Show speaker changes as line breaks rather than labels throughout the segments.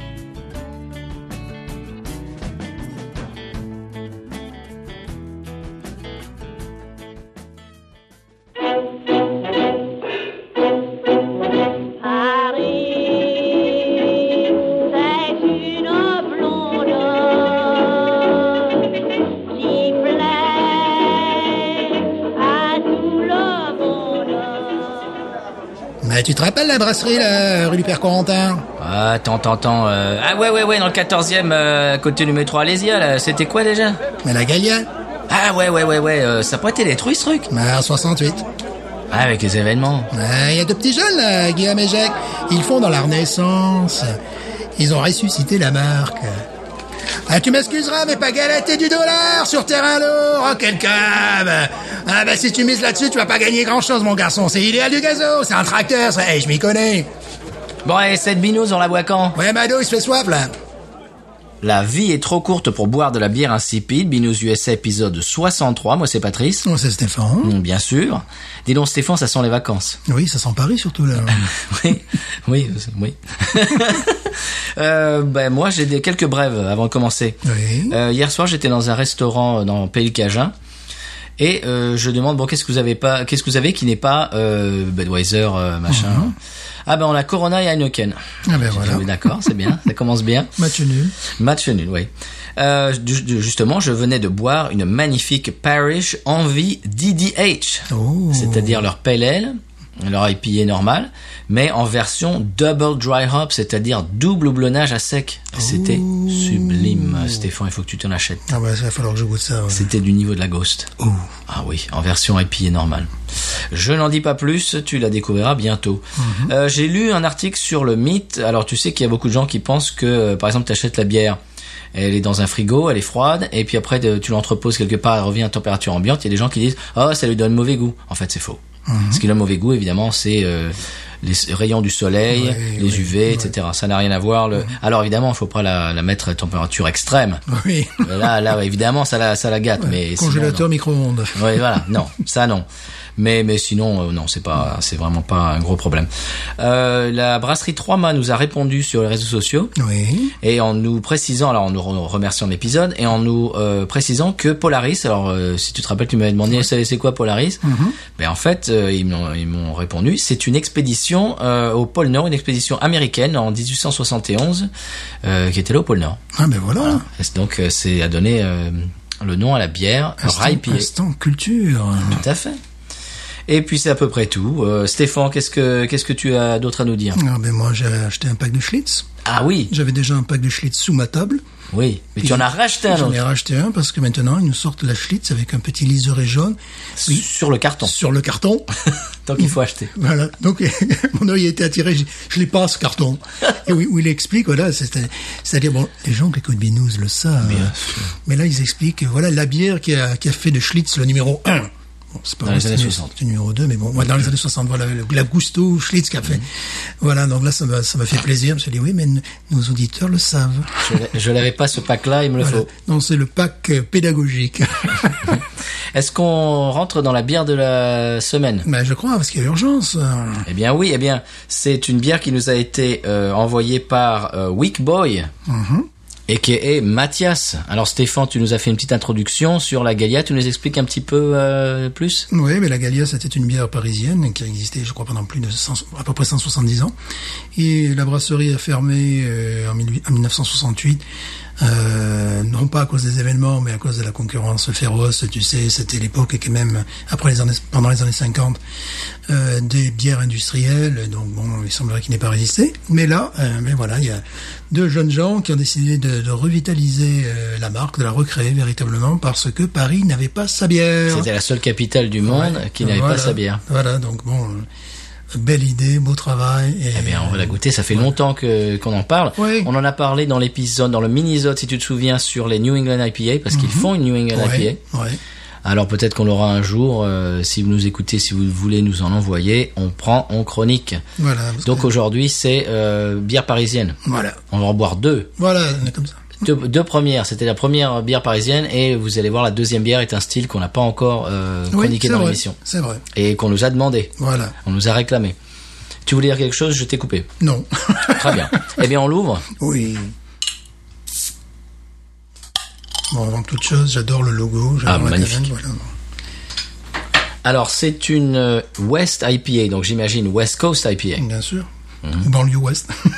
Paris, c'est une blonde qui plaît à tout le monde.
Mais tu te rappelles la brasserie, la rue du Père Corentin
Ah, attends, attends, attends, euh, Ah ouais, ouais, ouais, dans le 14 e côté du métro Alésia, là, c'était quoi déjà
Mais la Galia
Ah ouais, ouais, ouais, ouais, euh, ça pourrait être détruit ce truc
Mais en 68.
Ah, avec les événements.
Il y a deux petits jeunes, là, Guillaume et Jacques. Ils font dans la Renaissance. Ils ont ressuscité la marque. Ah, tu m'excuseras, mais pas galater du dollar sur terrain lourd. Oh, quel cave Ah, bah, si tu mises là-dessus, tu vas pas gagner grand-chose, mon garçon. C'est idéal du gazo, c'est un tracteur, ça. Hey, je m'y connais.
Bon, et cette binouze, on la voit quand
Ouais, Mado, il se fait soif, là.
La vie est trop courte pour boire de la bière insipide. Binous USA épisode 63. Moi, c'est Patrice.
Non, Oh, c'est Stéphane.
Mm, Bien sûr. Dis donc, Stéphane, ça sent les vacances.
Oui, ça sent Paris, surtout, là.
Oui, oui, oui. Euh, ben, moi, j'ai des, quelques brèves avant de commencer.
Oui.
Euh, hier soir, j'étais dans un restaurant euh, dans le Pays Cajun. Et euh, je demande bon qu'est-ce que vous avez pas qu'est-ce que vous avez qui n'est pas euh, Budweiser euh, machin ah ben on a Corona et Heineken
Ah, ben, voilà.
Oui, d'accord c'est bien ça commence bien
Match nul.
Match nul, oui. Euh, du- du- justement, je venais de boire une magnifique Parish Envy DDH,
Oh.
c'est-à-dire leur pale ale, leur IPA normal, mais en version double dry hop, c'est-à-dire double houblonnage à sec. C'était sublime, Stéphane. Il faut que tu t'en achètes.
Ah bah ça va falloir que je goûte ça. ouais.
C'était du niveau de la Ghost. Ah oui, en version IPA normale. Je n'en dis pas plus, tu la découvriras bientôt.
Mhm.
Euh, J'ai lu un article sur le mythe. Alors tu sais qu'il y a beaucoup de gens qui pensent que, euh, par exemple, tu achètes la bière. Elle est dans un frigo, elle est froide, et puis après de- tu l'entreposes quelque part, elle revient à température ambiante. Il y a des gens qui disent « Oh, ça lui donne mauvais goût ». En fait, c'est faux.
Mhm.
Ce qui donne mauvais goût, évidemment, c'est euh, les rayons du soleil,
Ouais,
les
ouais, Mhm.
UV, etc. Ça n'a rien à voir. Le... Alors évidemment, il faut pas la, la mettre à température extrême.
Oui.
Euh, Là, là, évidemment, ça la, ça la gâte, mais
Congélateur, micro-ondes.
sinon, non. Ouais, voilà, non, ça non. Mais, mais sinon, euh, non, c'est pas, c'est vraiment pas un gros problème. Euh, la brasserie 3 mains nous a répondu sur les réseaux sociaux
Oui.
et en nous précisant, alors en nous re- remerciant de l'épisode et en nous euh, précisant que Polaris, alors euh, si tu te rappelles, tu m'avais demandé, c'est c'est quoi Polaris Ben en fait, euh, ils m'ont ils m'ont répondu, c'est une expédition euh, au pôle Nord, une expédition américaine en 1871 euh, qui était là au pôle Nord.
Ah ben voilà.
Donc euh, c'est à donner euh, le nom à la bière
Instant-
Rye IPA.
Instant culture.
Tout à fait. Et puis c'est à peu près tout. Euh, Stéphane, qu'est-ce que qu'est-ce que tu as d'autre à nous dire
Ah ben moi j'avais acheté un pack de Schlitz.
Ah oui,
J'avais déjà un pack de Schlitz sous ma table.
oui. Mais tu en as racheté un
J'en ai
autre
racheté un parce que maintenant ils nous sortent la Schlitz avec un petit liseré jaune
sur le carton.
sur le carton.
Tant qu'il faut acheter.
Voilà. Donc, mon œil a été attiré. Je, je l'ai pas, ce carton. Et oui, où il explique, voilà, c'est- c'est-à-dire, bon, les gens qui écoutent Binous le savent. Mais là, ils expliquent, voilà, la bière qui a, qui a fait de Schlitz le numéro 1. Bon, c'est pas
Dans
vrai,
les
c'est
années
le-
60.
c'est le numéro 2, mais bon, ouais, dans les années 60, voilà, le- la Gusto Schlitz qui a
Mhm.
fait. Voilà, donc là, ça m'a, ça m'a fait plaisir. Je me suis dit, oui, mais n- nos auditeurs le savent.
Je l'ai- Je l'avais pas ce pack-là, il me le
Voilà.
faut.
Donc, c'est le pack euh, pédagogique.
Est-ce qu'on rentre dans la bière de la semaine
ben, je crois, parce qu'il y a urgence. hein.
Eh bien oui, eh bien c'est une bière qui nous a été euh, envoyée par euh, Weak Boy.
Mhm.
Et qui est Mathias. Alors Stéphane, tu nous as fait une petite introduction sur la Galia. Tu nous expliques un petit peu euh, plus
Oui, mais la Gallia, c'était une bière parisienne qui a existé, je crois, pendant plus de 100 à peu près 170 ans. Et la brasserie a fermé euh, en, 18 en 1968, euh, non pas à cause des événements, mais à cause de la concurrence féroce. Tu sais, c'était l'époque et même après les années, pendant les années 50, euh, des bières industrielles. Donc bon, il semblerait qu'il n'ait pas résisté. Mais là, euh, mais voilà, il y a deux jeunes gens qui ont décidé de, de revitaliser euh, la marque, de la recréer véritablement, parce que Paris n'avait pas sa bière.
C'était la seule capitale du monde qui n'avait
Voilà.
pas sa bière.
Voilà, donc bon, euh, belle idée, beau travail. Et,
Eh bien, on va la goûter. Ça fait longtemps que qu'on en parle.
Oui.
On en a parlé dans l'épisode, dans le mini-zode, si tu te souviens, sur les New England IPA, parce qu'ils font une New England
Mhm. Ouais,
IPA.
ouais.
Alors peut-être qu'on l'aura un jour. euh, si vous nous écoutez, si vous voulez nous en envoyer, on prend, on chronique.
Voilà. parce
Donc
que-
aujourd'hui, c'est euh, bière parisienne.
voilà.
On va en boire deux.
Voilà, on est comme ça.
Deux, deux premières, c'était la première bière parisienne et vous allez voir la deuxième bière est un style qu'on n'a pas encore euh,
Oui,
chroniqué
c'est
dans
vrai,
l'émission
C'est vrai.
et qu'on nous a demandé,
Voilà.
on nous a réclamé. Tu voulais dire quelque chose, je t'ai coupé.
Non.
Très bien. eh bien on l'ouvre.
oui. Bon, avant toute chose, j'adore le logo. J'adore
Ah,
la
magnifique.
caverne, voilà.
Alors c'est une euh, West IPA, donc j'imagine West Coast IPA.
Bien sûr.
Mhm.
Banlieue ouest.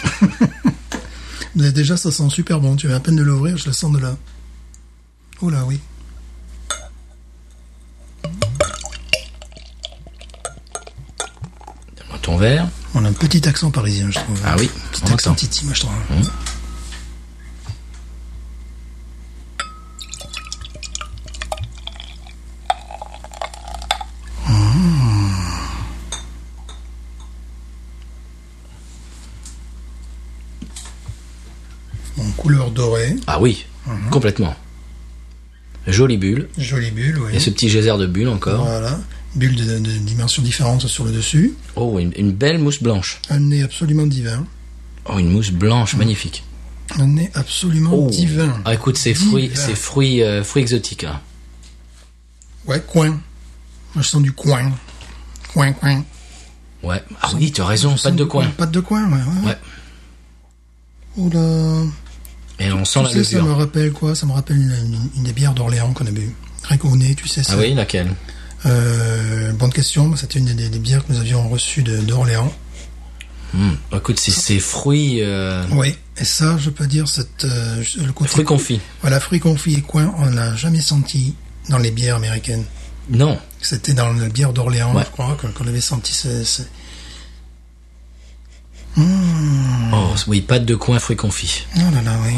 Mais déjà, ça sent super bon. Tu vas à peine de l'ouvrir, je le sens de là. Oh là, oui.
Ton verre.
On a un petit accent parisien, je trouve.
Ah oui, on
Petit accent
entend.
titi, moi, je trouve.
Mmh.
Mmh. Bon, couleur dorée,
Ah oui,
Mhm.
complètement. Jolie bulle.
jolie bulle, oui.
Et ce petit geyser de bulle encore.
Voilà, bulle de, de dimensions différentes sur le dessus.
Oh, une, une belle mousse blanche.
Un nez absolument divin.
Oh, une mousse blanche magnifique.
Un nez absolument
Oh.
divin.
Ah, écoute, ces fruits,
Divin.
ces fruits, euh, fruits exotiques là.
Ouais, coin. Moi, je sens du coin. Coin, coin.
Ouais. Ah oui, tu as raison,
Je sens
pâte de
du
coin.
Pâte de coin, ouais. ouais.
Ouais.
Oula.
Et on sent la
tu sais, ça me
levure.
rappelle quoi Ça me rappelle une, une des bières d'Orléans qu'on a bu. Rien qu'au nez, tu sais. ça.
Ah oui, laquelle
Euh, bonne question. C'était une des, des bières que nous avions reçues de- d'Orléans.
Hum, Écoute, c'est ces fruits, euh,
Oui. Et ça, je peux dire, cette, euh, le côté.
fruits confits.
Voilà, fruits confits et coin, on l'a jamais senti dans les bières américaines.
Non.
C'était dans la bière d'Orléans,
Ouais.
je crois, que- qu'on avait senti ce, ce- Hmm.
Oh oui, pâte de coin, fruits confits.
Oh là là, oui.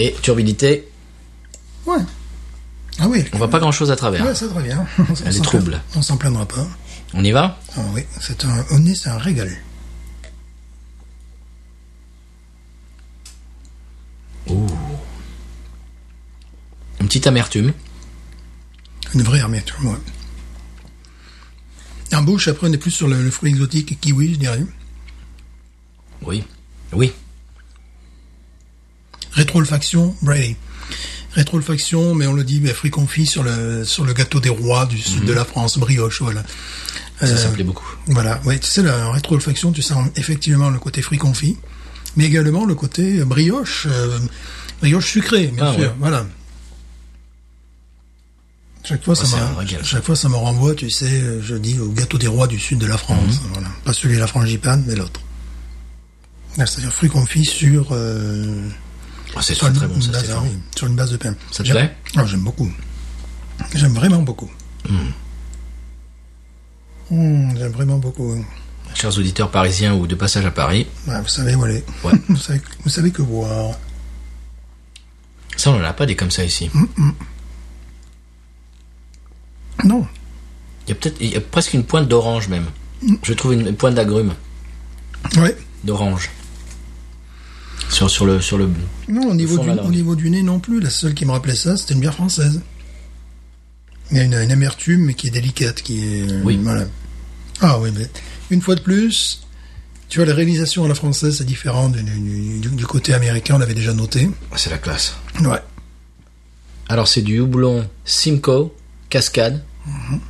Et turbidité,
Ouais. Ah oui.
on voit pas grand chose à travers.
Ouais, c'est très bien. On
Ah. est
s'en
trouble.
plaint- On s'en plaindra pas.
On y va
Ah oui, c'est un, au nez, c'est un régal.
Une petite amertume.
Une vraie amertume, ouais. En bouche, après, on est plus sur le, le fruit exotique et kiwi, je dirais.
Oui. Oui.
Rétroolfaction, Brady. Rétroolfaction, mais on le dit, ben, fruit confit sur le, sur le gâteau des rois du sud de la France, brioche, voilà.
Mhm. Ça, ça
Euh,
me plaît beaucoup.
Voilà, ouais, tu sais, la rétro-olfaction, tu sens effectivement le côté fruit confit, mais également le côté euh, brioche, euh, brioche sucrée, bien
Ah,
sûr,
ouais.
voilà. Chaque fois,
Ah, c'est
ça
un
me,
régal, ça.
chaque fois, ça me renvoie, tu sais, euh, je dis au gâteau des rois du sud de la France,
Mhm.
voilà. Pas celui de la frangipane, mais l'autre. Ah, C'est-à-dire fruit confit sur, euh,
Ah, c'est
sur,
très
une,
très bon, ça,
une base,
Stéphane.
oui, sur une base de pain.
Ça te
J'aime-
plaît
Ah, J'aime beaucoup. J'aime vraiment beaucoup.
Mhm.
Mmh, J'aime vraiment beaucoup. hein.
Chers auditeurs parisiens ou de passage à Paris,
Ouais, vous savez où aller.
Ouais.
vous, savez, vous savez que boire.
ça on en a pas des comme ça ici.
Hmm. Non.
Il y a peut-être, il y a presque une pointe d'orange même.
Hmm.
Je trouve une une pointe d'agrumes,
Ouais.
d'orange. Sur, sur le, sur le,
Non, au niveau,
fond de
du,
la langue.
au niveau du nez non plus. La seule qui me rappelait ça, c'était une bière française. Il y a une, une amertume mais qui est délicate, qui est.
Oui.
Voilà. Ah oui, mais une fois de plus, tu vois, la réalisation à la française, c'est différent du, du- du- du côté américain, on l'avait déjà noté.
Ah, c'est la classe.
Ouais.
Alors c'est du houblon Simcoe, Cascade. Mhm.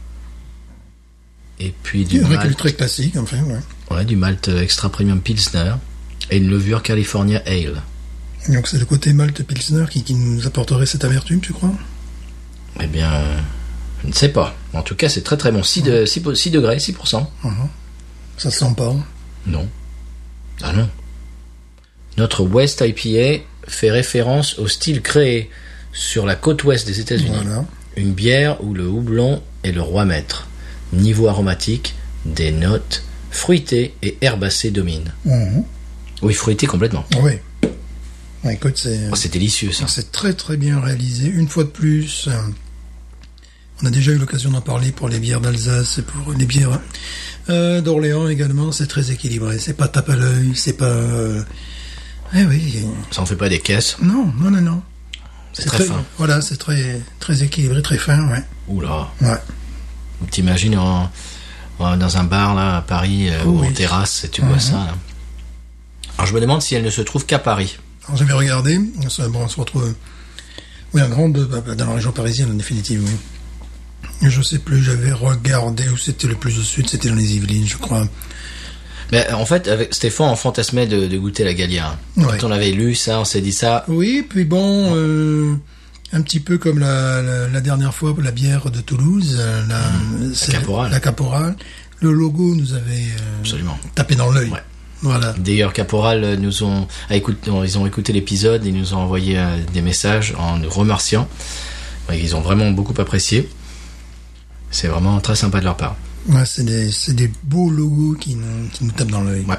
Et puis du
Une récup
malt,
très classique, enfin, ouais.
ouais, du malt euh, extra premium Pilsner. Et une levure California Ale.
Donc c'est le côté malt pilsner qui, qui nous apporterait cette amertume, tu crois
Eh bien, euh, je ne sais pas. En tout cas, c'est très très bon. 6, de, 6, po- 6 degrés, 6%.
Ça se sent pas. hein.
Non. Ah non. Notre West IPA fait référence au style créé sur la côte ouest des États-Unis.
Voilà.
Une bière où le houblon est le roi maître. Niveau aromatique, des notes fruitées et herbacées dominent.
Mhm.
Oui, fruitées complètement.
Oui. Ouais, Écoute, c'est
Oh, c'est délicieux ça.
c'est très très bien réalisé. Une fois de plus, euh, on a déjà eu l'occasion d'en parler pour les bières d'Alsace et pour les bières euh, d'Orléans également. C'est très équilibré. C'est pas tape à l'œil, c'est pas. euh, Eh oui.
Ça en fait pas des caisses.
Non, non, non, non.
C'est très, fin.
Voilà, c'est très, très équilibré, très fin, ouais.
Oula.
ouais.
T'imagines en- en- dans un bar là à Paris euh,
Oh,
ou en
oui. Mhm.
terrasse et tu bois ça. là. Alors je me demande si elle ne se trouve qu'à Paris.
Alors, j'avais regardé, on se, bon, on se retrouve oui, en grande, bah, bah, dans la région parisienne, en définitive, oui. Et Je sais plus, j'avais regardé où c'était le plus au sud, c'était dans les Yvelines, je crois.
Mais en fait, avec Stéphane, on fantasmait de, de goûter la Gallia.
Ouais.
Quand on avait lu ça, on s'est dit ça.
Oui, puis bon, euh, un petit peu comme la, la, la dernière fois, la bière de Toulouse, euh, la, c'est-
Caporal.
la Caporal. Le logo nous avait euh,
Absolument.
tapé dans l'œil.
Ouais.
Voilà.
D'ailleurs, Caporal euh, nous ont, a écouté- ont- ils ont écouté l'épisode, ils nous ont envoyé euh, des messages en nous remerciant. Ouais, Ils ont vraiment beaucoup apprécié. C'est vraiment très sympa de leur part.
Ouais, c'est des, c'est des beaux logos qui nous, qui nous tapent dans l'œil.
Ouais.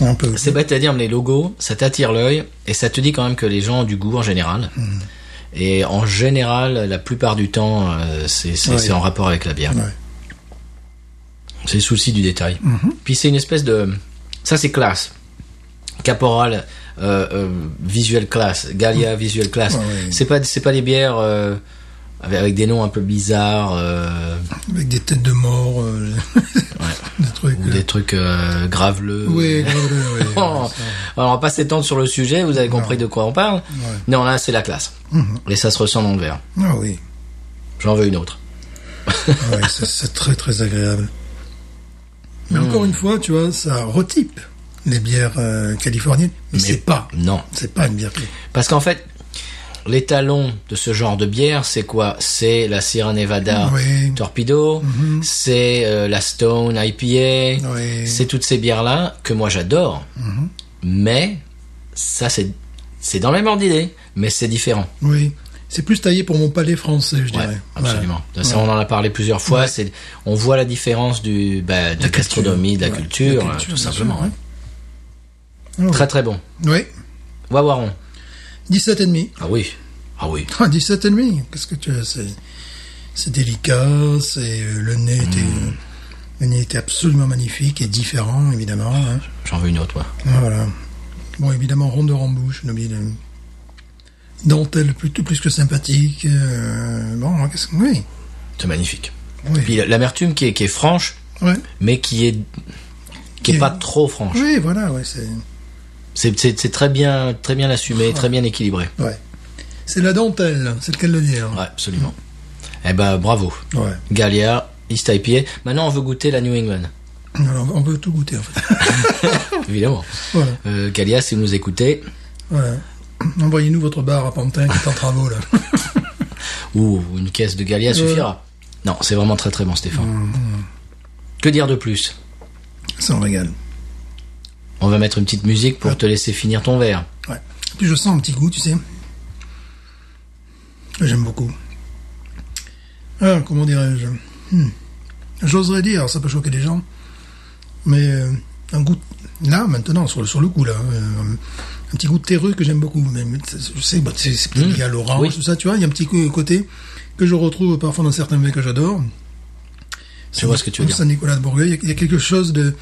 On peut.
C'est bête à dire, mais les logos, ça t'attire l'œil et ça te dit quand même que les gens ont du goût en général. Et en général, la plupart du temps, euh, c'est c'est-
Ouais.
c'est en rapport avec la bière.
Ouais.
C'est le souci du détail.
Mhm.
Puis c'est une espèce de... Ça, c'est classe. Caporal, euh, euh, visuel classe. Gallia, visuel classe.
Mhm. Ouais, ouais.
C'est pas, c'est pas des bières euh, avec, avec des noms un peu bizarres euh,
Avec des têtes de mort, euh, des trucs.
ou des trucs euh, graveleux.
Ah. Oui, oui, oui.
Oh. Alors, on va pas s'étendre sur le sujet, vous avez compris de quoi on parle. Non, là, c'est la classe.
Mhm.
Et ça se ressent dans le verre.
Ah oui,
J'en veux une autre.
Ah oui, ça, c'est très très agréable. Mais
Hmm.
encore une fois, tu vois, ça retype les bières euh, californiennes, mais, c'est pas,
Non.
c'est pas une bière. clé.
Parce qu'en fait, l'étalon de ce genre de bière, c'est quoi C'est la Sierra Nevada
Oui.
Torpedo,
Mhm.
c'est euh, la Stone IPA,
Oui.
c'est toutes ces bières-là que moi j'adore.
Mhm.
Mais ça, c'est c'est dans le même ordre d'idée, mais c'est différent.
Oui, c'est plus taillé pour mon palais français, je
Ouais,
dirais.
absolument.
Voilà.
Ça,
Ouais.
on en a parlé plusieurs fois. C'est, on voit la différence du, bah, de la
culture,
gastronomie, de la
ouais.
culture, euh,
La culture,
tout
bien sûr,
simplement.
ouais. Ah
hein. Très très bon.
Oui,
Wawaron.
17 et demi.
Ah oui. Ah oui.
Ah, 17 et demi. Qu'est-ce que tu veux C'est c'est délicat, c'est euh, le nez était le nez était absolument magnifique et différent évidemment. hein.
J'en veux une autre, moi.
Ah, Voilà. Bon, évidemment, rondeur en bouche, n'oubliez de... Dentelle plutôt plus que sympathique. euh, Bon, qu'est-ce que... Oui.
C'est magnifique.
Oui.
Puis l'amertume qui est, qui est franche,
Ouais.
mais qui est, qui
Qui
est
est-
pas trop franche.
Oui, voilà, ouais, c'est...
C'est, c'est, c'est très bien, très bien assumé, très bien équilibré.
Ouais. C'est la dentelle, c'est le cas de le dire.
Ouais, absolument. Eh ben, bravo.
Ouais.
Gallia, East IPA. Maintenant, on veut goûter la New England.
Alors, on veut tout goûter, en fait.
Évidemment.
voilà.
Euh, Gallia, si vous nous écoutez,
voilà. Envoyez-nous votre bar à Pantin qui est en travaux, là.
ou une caisse de Gallia suffira. Non, c'est vraiment très très bon, Stéphane. Que dire de plus
Ça, on régale.
On va mettre une petite musique pour te laisser finir ton verre.
Ouais. Puis je sens un petit goût, tu sais. Que J'aime beaucoup. Ah, comment dirais-je Hmm. J'oserais dire, ça peut choquer les gens, mais euh, un goût là maintenant sur le sur le coup là, euh, un petit goût terreux que j'aime beaucoup. Mais mais c'est- je sais, bah, c'est c'est peut-être lié à l'orange,
Hmm. Oui.
tout ça, tu vois. Il y a un petit co- côté que je retrouve parfois dans certains vins que j'adore.
Je vois ce que tu veux dire.
Saint-Nicolas de Bourgueil, il y a- il y, a quelque chose de,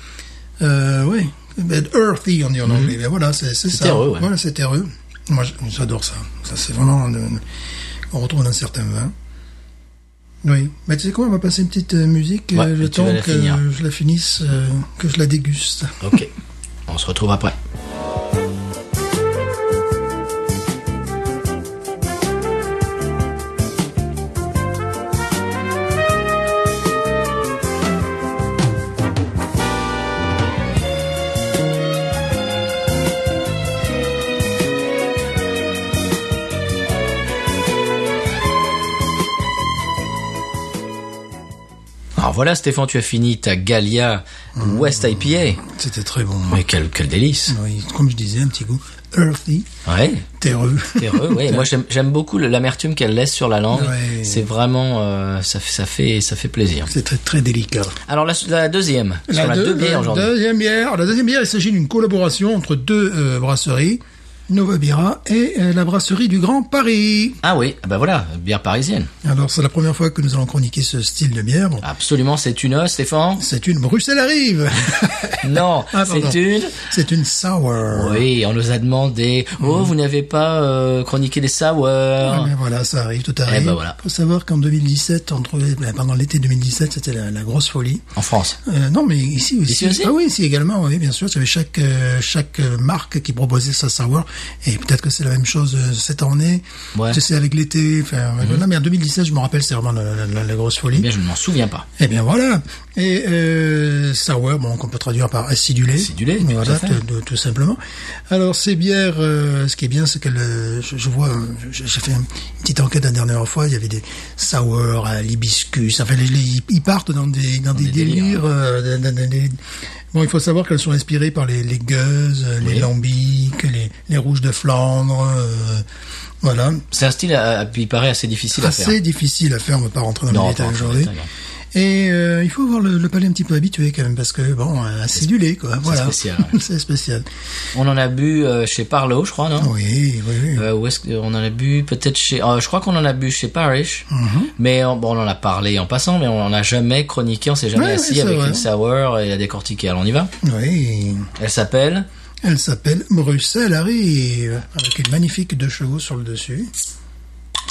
euh, ouais, ben, earthy on dit en anglais. Ben voilà, c'est c'est ça.
Mhm. terreux, ouais.
Voilà, c'est terreux. Moi, j- j'adore ça. Ça, c'est vraiment un- un- qu'on retrouve dans certains vins. Oui. Mais tu sais quoi, on va passer une petite euh, musique
Ouais,
euh, le
mais tu vas
temps
la
que
finir.
je la finisse, euh, que je la déguste.
Ok. on se retrouve après. Alors voilà Stéphane, tu as fini ta Gallia West IPA.
C'était très bon.
Mais quel, quel délice
Oui, comme je disais, un petit goût earthy,
Ouais,
terreux.
terreux, ouais. Moi j'aime- j'aime beaucoup le- l'amertume qu'elle laisse sur la langue.
Ouais.
C'est vraiment... euh, ça, fait- ça, fait, ça fait plaisir.
C'est très, très délicat.
Alors la, la deuxième, sur la
deux-
deux bières
la
aujourd'hui.
deuxième bière, la deuxième bière, il s'agit d'une collaboration entre deux euh, brasseries. Nova Bira et euh, la brasserie du Grand Paris.
Ah oui, ah bah voilà, bière parisienne.
Alors, c'est la première fois que nous allons chroniquer ce style de bière. Bon,
Absolument, c'est une os, Stéphane
C'est une Bruxelles arrive.
Non,
Ah, pardon.
c'est une...
C'est une sour.
Oui, on nous a demandé, oh, vous n'avez pas euh, chroniqué des sours
Ah, mais voilà, ça arrive, tout arrive.
ben voilà.
Faut savoir qu'en 2017, entre, ben, pendant l'été 2017, c'était la, la grosse folie.
en France.
Euh, non, mais ici aussi.
Ici aussi
ah oui, ici également, oui, bien sûr. Il y avait chaque euh, chaque euh, marque qui proposait sa sour, et peut-être que c'est la même chose euh, cette année.
Ouais. Mm-hmm.
Tu sais, avec l'été. Enfin, voilà. mais en 2017, je me rappelle, c'est vraiment la, la- la- la grosse folie.
Eh bien, je ne m'en souviens pas.
Eh bien voilà. Et euh, sour, bon, qu'on peut traduire par acidulé.
Acidulé, tout
voilà,
à fait.
tout, tout- tout simplement. Alors ces bières, euh, ce qui est bien, c'est que le, je, je vois, euh, je- j'ai fait une petite enquête la dernière fois. Il y avait des sour à l'hibiscus. Enfin, les, les- ils partent dans des dans des,
des
délires.
délires,
euh, dans- dans- dans des- Bon, il faut savoir qu'elles sont inspirées par les, les gueuses, euh, les
Oui.
lambics, les, les rouges de Flandre. euh, voilà.
C'est un style, euh, à, à- qui paraît assez difficile à faire.
Assez difficile à faire, on va pas rentrer dans
Non, on
les
va
détails
pas rentrer dans
aujourd'hui.
les détails,
Et euh, il faut avoir le, le palais un petit peu habitué quand même, parce que bon, euh, acidulé quoi, voilà.
spécial, ouais.
c'est spécial.
On en a bu euh, chez Parlo, je crois, non
Oui, oui, oui.
Euh, où est-ce qu'on en a bu Peut-être chez. euh, je crois qu'on en a bu chez Parrish.
Mhm.
Mais on, bon, on en a parlé en passant, mais on n'en a jamais chroniqué. On s'est jamais
Ouais,
assis
ouais, c'est
avec
vrai.
une sour et la décortiquer. Alors on y va.
Oui.
Elle s'appelle.
Elle s'appelle Bruxelles arrive, avec une magnifique deux chevaux sur le dessus.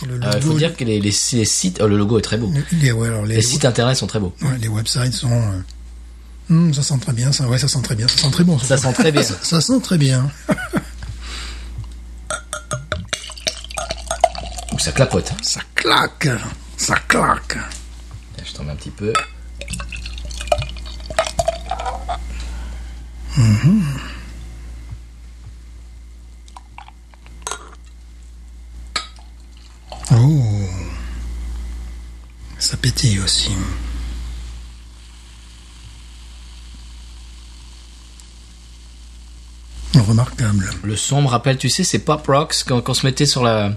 Et Le
euh, Il faut
logo-
dire que les, les- les sites. Oh, le logo est très beau.
le- les, ouais, alors, les,
Les sites internet sont très beaux.
ouais, les websites sont. euh, hum, ça sent très bien, ça. Ouais, ça sent très bien, ça sent très bon.
Ça sent très bien.
ça, ça sent très bien.
Ouh, ça clapote.
Ça claque, ça claque.
Je t'en mets un petit peu.
Oh. Ça pétille aussi. Remarquable.
Le son me rappelle, tu sais, c'est Pop Rocks quand, quand on se mettait sur la.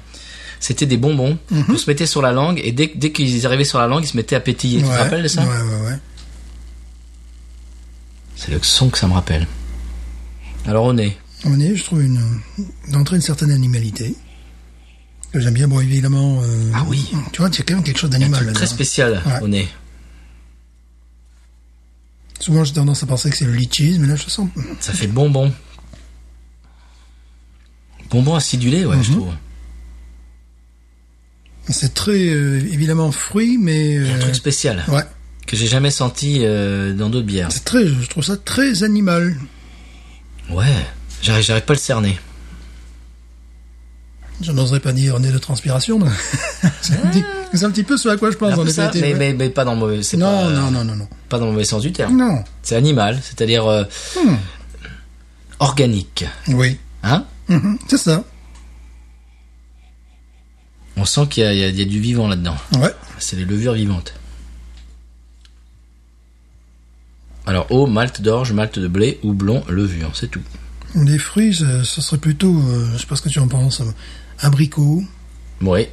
C'était des bonbons.
Mhm.
On se mettait sur la langue et dès, dès qu'ils arrivaient sur la langue, ils se mettaient à pétiller. Tu te rappelles de ça
Ouais, ouais, ouais.
C'est le son que ça me rappelle. Alors au nez.
On est, je trouve, une, d'entrer une certaine animalité. que J'aime bien, bon, évidemment. euh,
Ah oui.
Tu vois, il y a quand même quelque chose
Un
d'animal.
truc très
là-dedans.
spécial
hein. Ouais.
au nez.
Souvent, j'ai tendance à penser que c'est le litchis, mais là, je sens.
Ça fait bonbon. Bonbon acidulé, ouais,
Mhm.
je trouve.
C'est très, euh, évidemment, fruit, mais.
Un
euh,
truc spécial
ouais.
que j'ai jamais senti euh, dans d'autres bières.
C'est très, je trouve ça très animal.
Ouais, j'arrive, j'arrive pas à le cerner.
Je n'oserais pas dire nez de transpiration, mais c'est un, petit- c'est un petit peu ce à quoi je pense.
Un
Ah, en
peu
effet,
ça,
t'es-
mais,
ouais.
mais, mais pas dans le mauvais, c'est
non,
pas, euh,
non, non, non, non,
pas dans le mauvais sens du terme.
non.
C'est animal, c'est-à-dire euh,
Hmm.
organique.
Oui,
Hein
Mhm, c'est ça.
On sent qu'il y a, il y a- il y a du vivant là-dedans.
Ouais.
C'est les levures vivantes. Alors eau, malt d'orge, malt de blé, houblon, levure, c'est tout.
Les fruits, ce, ce serait plutôt, euh, je sais pas ce que tu en penses, euh, abricot,
Oui.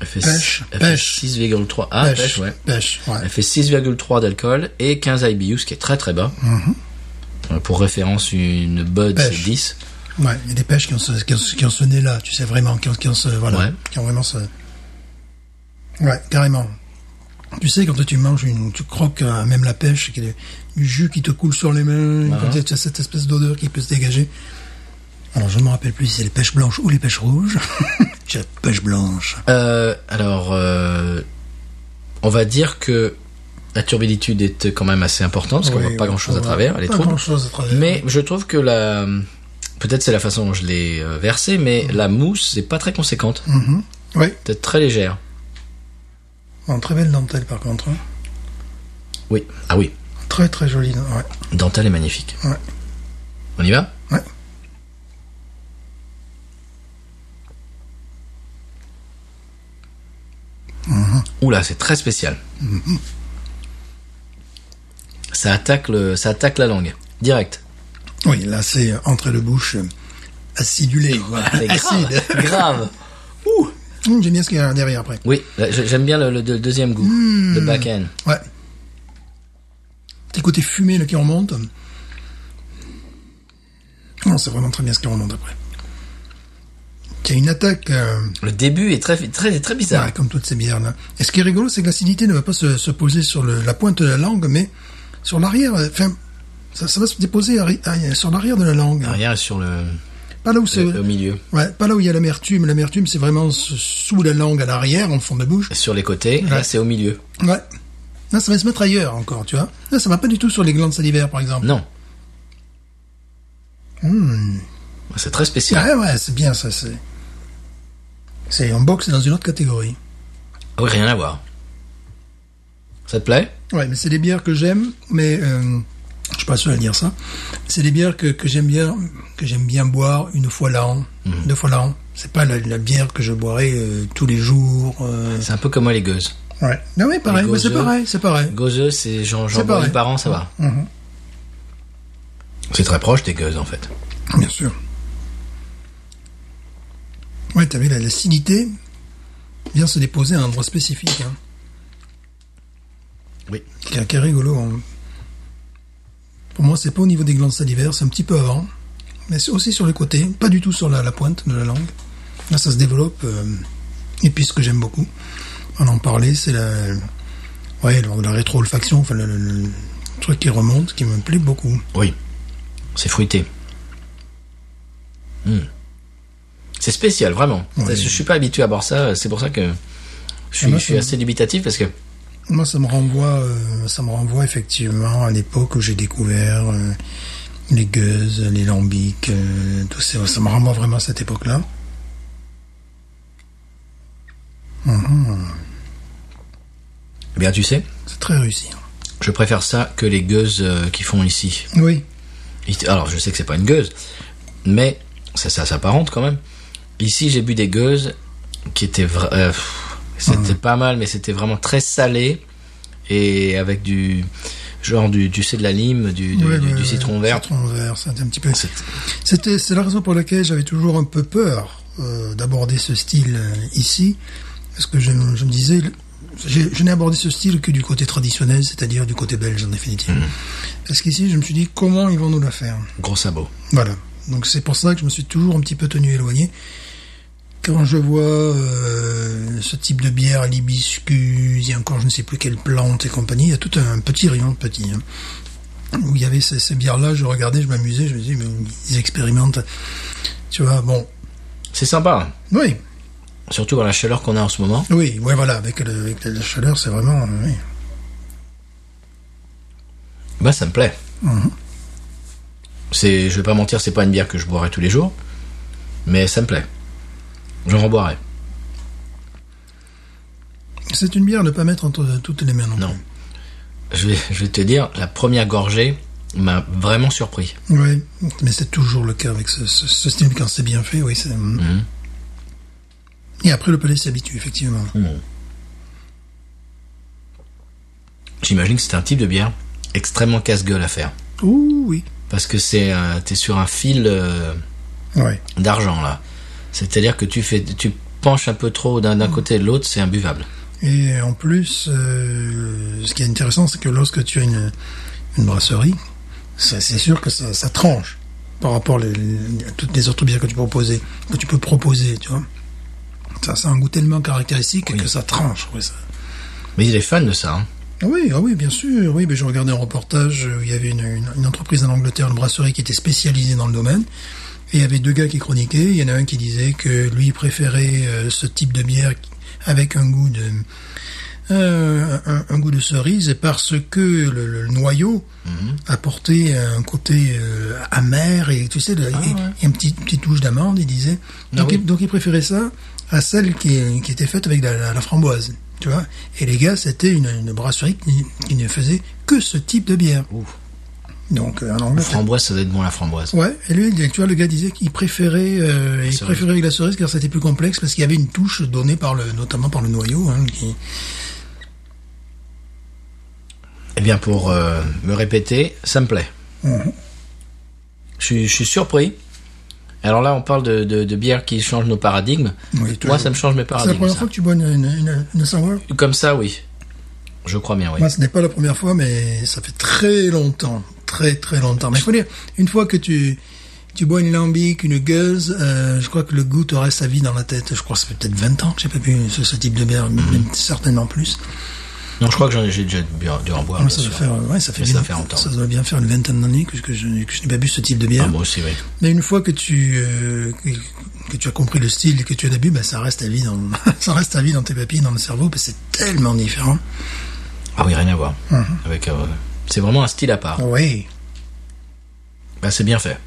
Elle fait,
Pêche,
elle fait
pêche.
6,3. Ah, pêche, ouais.
pêche, ouais.
Elle fait 6,3 d'alcool et 15 IBU, ce qui est très très bas. Euh, Pour référence, une Bud, c'est
Mhm. Pêche.
10.
Ouais, il y a des pêches qui ont ce, qui ont, ce- qui ont ce nez-là, tu sais vraiment, qui ont, qui ont ce, voilà,
Ouais.
qui ont vraiment ce, ouais, carrément. Tu sais, quand tu manges une, tu croques euh, même la pêche, qu'il y a du jus qui te coule sur les mains,
Ah.
quand tu as cette espèce d'odeur qui peut se dégager. Alors, je ne me rappelle plus si c'est les pêches blanches ou les pêches rouges. J'ai la pêche blanche.
Euh, alors, euh, on va dire que la turbiditude est quand même assez importante, parce qu'on
Oui,
voit pas grand chose à
on voit
travers, elle est
Pas
trouble.
grand chose à travers.
Mais je trouve que la. Peut-être c'est la façon dont je l'ai euh, versée, mais la mousse, c'est pas très conséquente.
Mhm. Oui,
Peut-être très légère.
en très belle dentelle par contre. hein.
Oui. Ah oui.
Très très jolie. dent- Ouais.
Dentelle est magnifique.
Ouais.
On y va
Ouais.
Oula, c'est très spécial. Ça attaque le, ça attaque la langue, direct.
Oui, là c'est euh, entrée de bouche euh, acidulée. quoi.
C'est grave,
Acide.
grave.
Ouh, Hum, j'aime bien ce qu'il y a derrière après.
Oui, là, je- j'aime bien le, le- le deuxième goût,
Hmm.
le back-end.
Ouais. Petit côté fumé là, qui remonte. Non, c'est vraiment très bien ce qui remonte après. qui a une attaque. euh,
Le début est très, très, très bizarre.
Ouais, comme toutes ces bières-là. Et ce qui est rigolo, c'est que l'acidité ne va pas se, se poser sur le- la pointe de la langue, mais sur l'arrière. euh, Enfin, ça, ça va se déposer arri- arri- sur l'arrière de la langue.
Derrière, sur le,
Pas là où c'est.
au milieu.
Ouais, pas là où il y a l'amertume. L'amertume, c'est vraiment s- sous la langue à l'arrière, en fond de bouche.
Sur les côtés, là,
Ouais.
c'est au milieu.
Ouais. Là, ça va se mettre ailleurs encore, tu vois. Là, ça va pas du tout sur les glandes salivaires, par exemple.
Non. C'est très spécial.
Hmm. Ouais, eh ouais, c'est bien ça. C'est. C'est en box, c'est dans une autre catégorie.
Ah Oui, rien à voir. Ça te plaît
Ouais, mais c'est des bières que j'aime, mais euh, je suis pas seul à dire ça. C'est des bières que, que j'aime bien, que j'aime bien boire une fois l'an,
Mhm.
deux fois l'an. C'est pas la, la bière que je boirais euh, tous les jours. euh,
C'est un peu comme moi, les gueuses.
Ouais. Non mais pareil,
Les
ouais, c'est
gauzeux.
pareil, c'est pareil.
Gauzeux, c'est j'en j'en
C'est
bois
pareil. Mm-hmm.
une par an, ça va. C'est très proche des gueuses, en fait.
Bien sûr. Ouais, t'as vu la- l'acidité vient se déposer à un endroit spécifique, hein,
Oui.
qui, est- qui est rigolo. hein. Pour moi, c'est pas au niveau des glandes salivaires, c'est un petit peu avant, mais c'est aussi sur le côté, pas du tout sur la, la pointe de la langue. Là, ça se développe. euh, et puis, ce que j'aime beaucoup, on en parlait, c'est la, ouais, la, la rétro-olfaction, enfin, le, le- le truc qui remonte, qui me plaît beaucoup.
Oui. C'est fruité. Hmm. C'est spécial, vraiment.
Oui.
Je suis pas habitué à boire ça, c'est pour ça que je suis,
Ah, moi,
je suis
ça me-
assez dubitatif parce que
Moi, ça me renvoie, euh, ça me renvoie effectivement à l'époque où j'ai découvert euh, les gueuses, les lambics, euh, tout ça. Ça me renvoie vraiment à cette époque-là.
eh bien tu sais,
C'est très réussi. hein.
je préfère ça que les gueuses euh, qu'ils font ici.
Oui.
It- Alors, je sais que c'est pas une gueuse, mais ça, ça s'apparente quand même. Ici, j'ai bu des gueuses qui étaient vra- euh, pff, c'était
Mmh.
pas mal, mais c'était vraiment très salé et avec du genre du, tu sais, de la lime, du, du,
Ouais,
du-
ouais,
du
ouais,
citron vert.
Citron vert, c'était un petit peu.
C'est-
C'était, c'est la raison pour laquelle j'avais toujours un peu peur euh, d'aborder ce style euh, ici, parce que je, me- je me disais, j'ai- je n'ai abordé ce style que du côté traditionnel, c'est-à-dire du côté belge en définitive. Parce qu'ici, je me suis dit, comment ils vont nous la faire
Gros sabot.
Voilà. Donc c'est pour ça que je me suis toujours un petit peu tenu éloigné. Quand je vois euh, ce type de bière à l'hibiscus, il y a encore je ne sais plus quelle plante et compagnie, il y a tout un petit rayon petit. hein, où il y avait ces, ces bières-là, je regardais, je m'amusais, je me disais, mais ils expérimentent. Tu vois, bon.
C'est sympa,
Oui,
hein. surtout dans la chaleur qu'on a en ce moment.
oui, ouais, voilà, avec, le- avec la chaleur, c'est vraiment. euh, oui.
Bah, ça me plaît.
Mmh.
C'est, je vais pas mentir, c'est pas une bière que je boirais tous les jours, mais ça me plaît. J'en reboirais.
C'est une bière à ne pas mettre entre toutes les mains non,
Non. Je vais, je vais te dire, la première gorgée m'a vraiment surpris.
plus. Oui, mais c'est toujours le cas avec ce, ce- ce style quand c'est bien fait, oui. c'est- mm. Et après, le palais s'habitue, effectivement.
J'imagine que c'est un type de bière extrêmement casse-gueule à faire.
Ouh, oui.
Parce que c'est un- t'es sur un fil euh,
Ouais.
d'argent là. C'est-à-dire que tu fais, tu penches un peu trop d'un d'un côté et de l'autre, c'est imbuvable.
Et en plus, euh, ce qui est intéressant, c'est que lorsque tu as une, une brasserie, ça, c'est sûr que ça, ça tranche par rapport les- les- à toutes les autres bières que tu peux proposer, que tu peux proposer, tu vois. Ça, ça a un goût tellement caractéristique que ça tranche. Oui, ça.
Mais il est fan de ça. hein.
Ah oui, ah oui, bien sûr. Oui, mais je regardais un reportage euh, où il y avait une, une, une entreprise en Angleterre, une brasserie qui était spécialisée dans le domaine. Et il y avait deux gars qui chroniquaient. Il y en a un qui disait que lui préférait euh, ce type de bière qui- avec un goût de euh, un, un goût de cerise parce que le, le noyau
Mhm.
apportait un côté euh, amer et tu sais, le- et, et une petite, petite touche d'amande. Il disait
Ah,
donc,
oui.
il, donc il préférait ça à celle qui, est- qui était faite avec la, la- la framboise. Tu vois et les gars, c'était une, une brasserie qui, qui ne faisait que ce type de bière. Donc, euh, en
La
Angleterre,
framboise, ça doit être bon la framboise.
Ouais, et lui, tu vois, le gars disait qu'il préférait, euh, il
cerise.
préférait la cerise car c'était plus complexe parce qu'il y avait une touche donnée par le, notamment par le noyau, hein, qui,
Eh bien, pour euh, me répéter, ça me plaît. Je, suis- je suis surpris. Alors là, on parle de, de, de bières qui changent nos paradigmes.
Oui,
Moi,
toujours.
ça me change mes
C'est la
paradigmes.
première
ça.
fois que tu bois une, une, une, une sour
Comme ça, oui. Je crois bien, oui.
Moi, ce n'est pas la première fois, mais ça fait très longtemps. Très, très longtemps. Mais il faut dire, une fois que tu, tu bois une lambic, une gueuse, euh, je crois que le goût te reste à vie dans la tête. Je crois que ça fait peut-être 20 ans que j'ai pas bu ce, ce type de bière,
Mhm.
même certainement plus.
Non, je crois que j'en ai j'ai déjà dû dû en boire.
Ah,
bien
ça, doit
sûr.
faire, euh, ouais, ça, fait
Mais ça
bien-
fait longtemps.
ça doit bien faire une vingtaine d'années que, je- que je, que je n'ai pas bu ce type de bière.
Ah, moi aussi, oui.
Mais une fois que tu euh, que, que tu as compris le style et que tu as bu, bah, ça reste à vie dans ça reste à vie dans tes papilles, dans le cerveau, parce que c'est tellement différent.
Ah oui, rien à voir.
Mhm.
Avec, euh, c'est vraiment un style à part.
Oui.
Bah, c'est bien fait.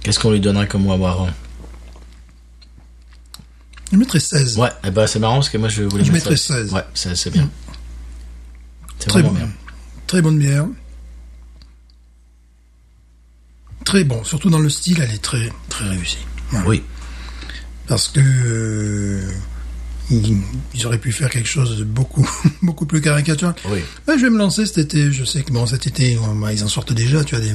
Qu'est-ce qu'on lui donnerait comme mot à boire hein
Je mettrais 16.
Ouais, et bah, c'est marrant parce que moi je voulais
Je
mettre
mettrais
ça.
16.
Ouais, c'est c'est bien. C'est
Très
vraiment
bon.
bien.
Très bonne bière. Très bon, surtout dans le style, elle est très très réussie. Voilà.
Oui.
Parce que euh, ils ils auraient pu faire quelque chose de beaucoup beaucoup plus caricatural.
Oui.
Ouais, je vais me lancer cet été. Je sais que bon, cet été, on- bah, ils en sortent déjà. Tu as des.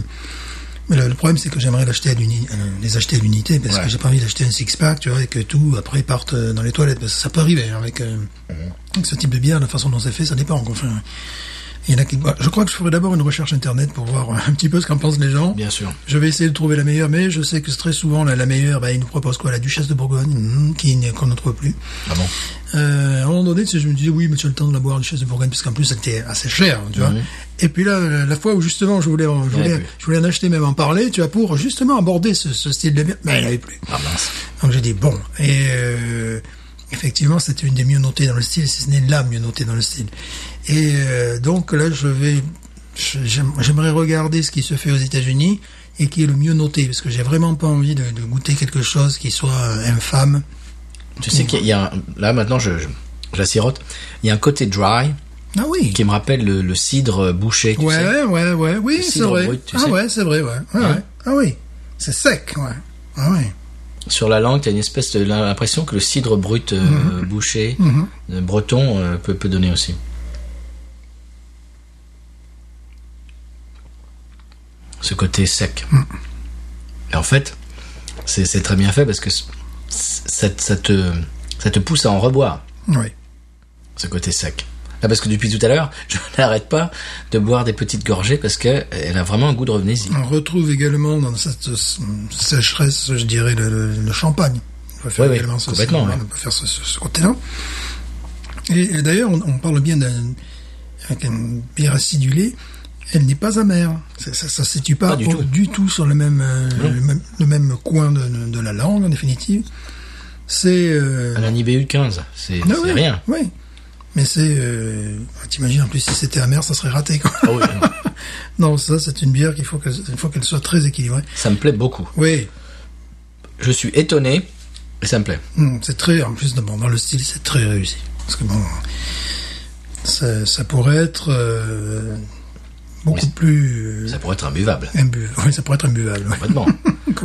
Mais le, le problème, c'est que j'aimerais l'acheter à l'uni- euh, les acheter à l'unité parce
Ouais.
que j'ai pas envie d'acheter un six pack, tu vois, et que tout après parte euh, dans les toilettes. Parce que ça peut arriver hein, avec, euh,
Mhm.
avec ce type de bière, la façon dont c'est fait, ça dépend. Enfin, il y en a qui. bah, je crois que je ferai d'abord une recherche internet pour voir euh, un petit peu ce qu'en pensent les gens.
Bien sûr.
Je vais essayer de trouver la meilleure, mais je sais que très souvent la, la meilleure, bah, ils nous proposent quoi La Duchesse de Bourgogne, hum, qui n'est- qu'on ne trouve plus.
Ah bon
Euh, à un moment donné, tu sais, je me disais, oui, mais tu as le temps de la boire, une chaise de Bourgogne, parce qu'en plus, elle était assez chère, tu vois. Et puis là, la la fois où justement, je voulais, en- je
Ouais,
voulais,
plus.
je voulais en acheter, même en parler, tu vois, pour justement aborder ce, ce style de bière, mais elle avait plus.
Ah mince.
Donc j'ai dit, bon, et euh, effectivement, c'était une des mieux notées dans le style, si ce n'est la mieux notée dans le style. Et euh, donc là, je vais, je- j'aime- j'aimerais regarder ce qui se fait aux États-Unis et qui est le mieux noté, parce que j'ai vraiment pas envie de, de goûter quelque chose qui soit euh, infâme.
Tu
Mm.
sais qu'il y a un- là maintenant je, je, je la sirote. Il y a un côté dry
Ah oui.
qui me rappelle le, le cidre bouché. Tu
Ouais,
sais.
ouais, ouais, oui, c'est
cidre
vrai.
brut, tu
ah
sais.
ouais, c'est vrai, ouais. ouais,
Hein
ouais. Ah oui, c'est sec, ouais. Ah ouais.
Sur la langue, t'as une espèce de l'impression que le cidre brut euh,
Mhm.
bouché euh, breton euh, peut, peut donner aussi. Ce côté sec.
Mm.
Et en fait, c'est c'est très bien fait parce que c- ça, te- ça te, ça te pousse à en reboire.
Oui.
ce côté sec. Là, parce que depuis tout à l'heure, je n'arrête pas de boire des petites gorgées parce que elle a vraiment un goût de revenez-y.
On retrouve également dans cette euh, sécheresse, je dirais, le, le- le champagne. On peut faire
Ouais, ouais,
également ce-
complètement,
ce-
ouais.
On peut faire ce, ce- ce côté-là. Et, et d'ailleurs, on, on parle bien d'un avec une bière acidulée. Elle n'est pas amère. Ça, ça, ça se situe pas,
Pas du
au-
tout.
sur le même, euh, le même, le même coin de, de- de la langue, en définitive. C'est euh,
Elle a un IBU de 15, c'est
Ah
Ah c'est
oui,
rien.
Oui. Mais c'est... Euh, T'imagines, en plus, si c'était amer, ça serait raté. Quoi.
Ah oui, non.
non, ça, c'est une bière qu'il faut qu'elle il faut qu'elle soit très équilibrée.
ça me plaît beaucoup.
Oui,
Je suis étonné, mais ça me plaît.
hum, c'est très... En plus, bon, dans le style, c'est très réussi. Parce que, bon... Ça, ça pourrait être... euh, beaucoup
Oui.
plus...
Ça pourrait être imbuvable.
euh, imbu- Oui, ça pourrait être imbuvable. ouais.
Complètement.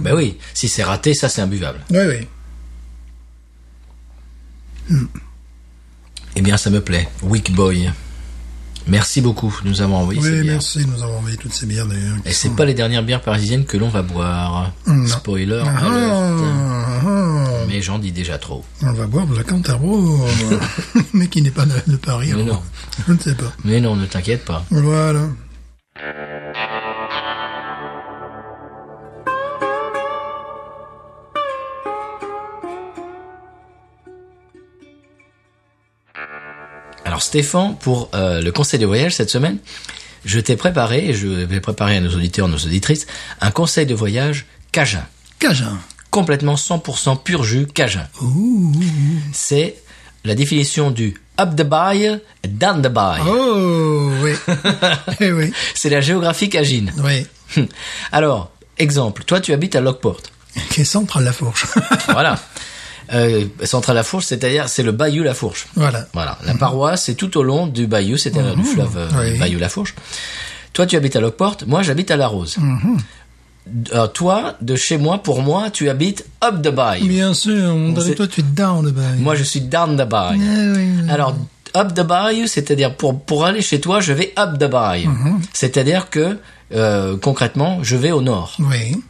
ben oui, si c'est raté, ça c'est imbuvable.
Oui, oui.
Eh bien, ça me plaît. Weak Boy. Merci beaucoup de nous avoir envoyé
Oui,
ces bières.
merci de nous avoir envoyé toutes ces hein, bières, d'ailleurs.
Et c'est pas les dernières bières parisiennes que l'on va boire. Spoiler.
Ah,
alerte.
ah, ah.
Mais j'en dis déjà trop.
On va boire de la Cantaro, euh, mais qui n'est pas de, de Paris.
Mais
alors.
non.
Je ne sais pas.
Mais non, ne t'inquiète pas.
Voilà.
Alors Stéphane, pour euh, le conseil de voyage cette semaine, je t'ai préparé, et je vais préparer à nos auditeurs, nos auditrices, un conseil de voyage cajun.
Cajun.
Complètement 100% pur jus cajun. C'est la définition du up the bay, down the bay.
Oh, oui. eh oui.
C'est la géographie cajine.
Oui.
Alors, exemple, toi tu habites à Lockport.
Qui est centre à la fourche.
Voilà. Euh, centre à la fourche, c'est-à-dire c'est le bayou la fourche.
voilà.
Voilà, la paroisse c'est tout au long du bayou, c'est-à-dire du fleuve euh,
Oui.
bayou La Fourche. Toi, tu habites à Lockport, moi, j'habite à La Rose. D- euh, toi, de chez moi, pour moi, tu habites up the bayou.
Bien sûr, on dirait
sait-
toi, tu es down de bail.
Moi, Ah. je suis down the bayou.
Eh oui, oui.
Alors, up the bayou, c'est-à-dire pour, pour aller chez toi, je vais up the bayou.
Mm-hmm.
C'est-à-dire que, euh, concrètement, je vais au nord.
Oui.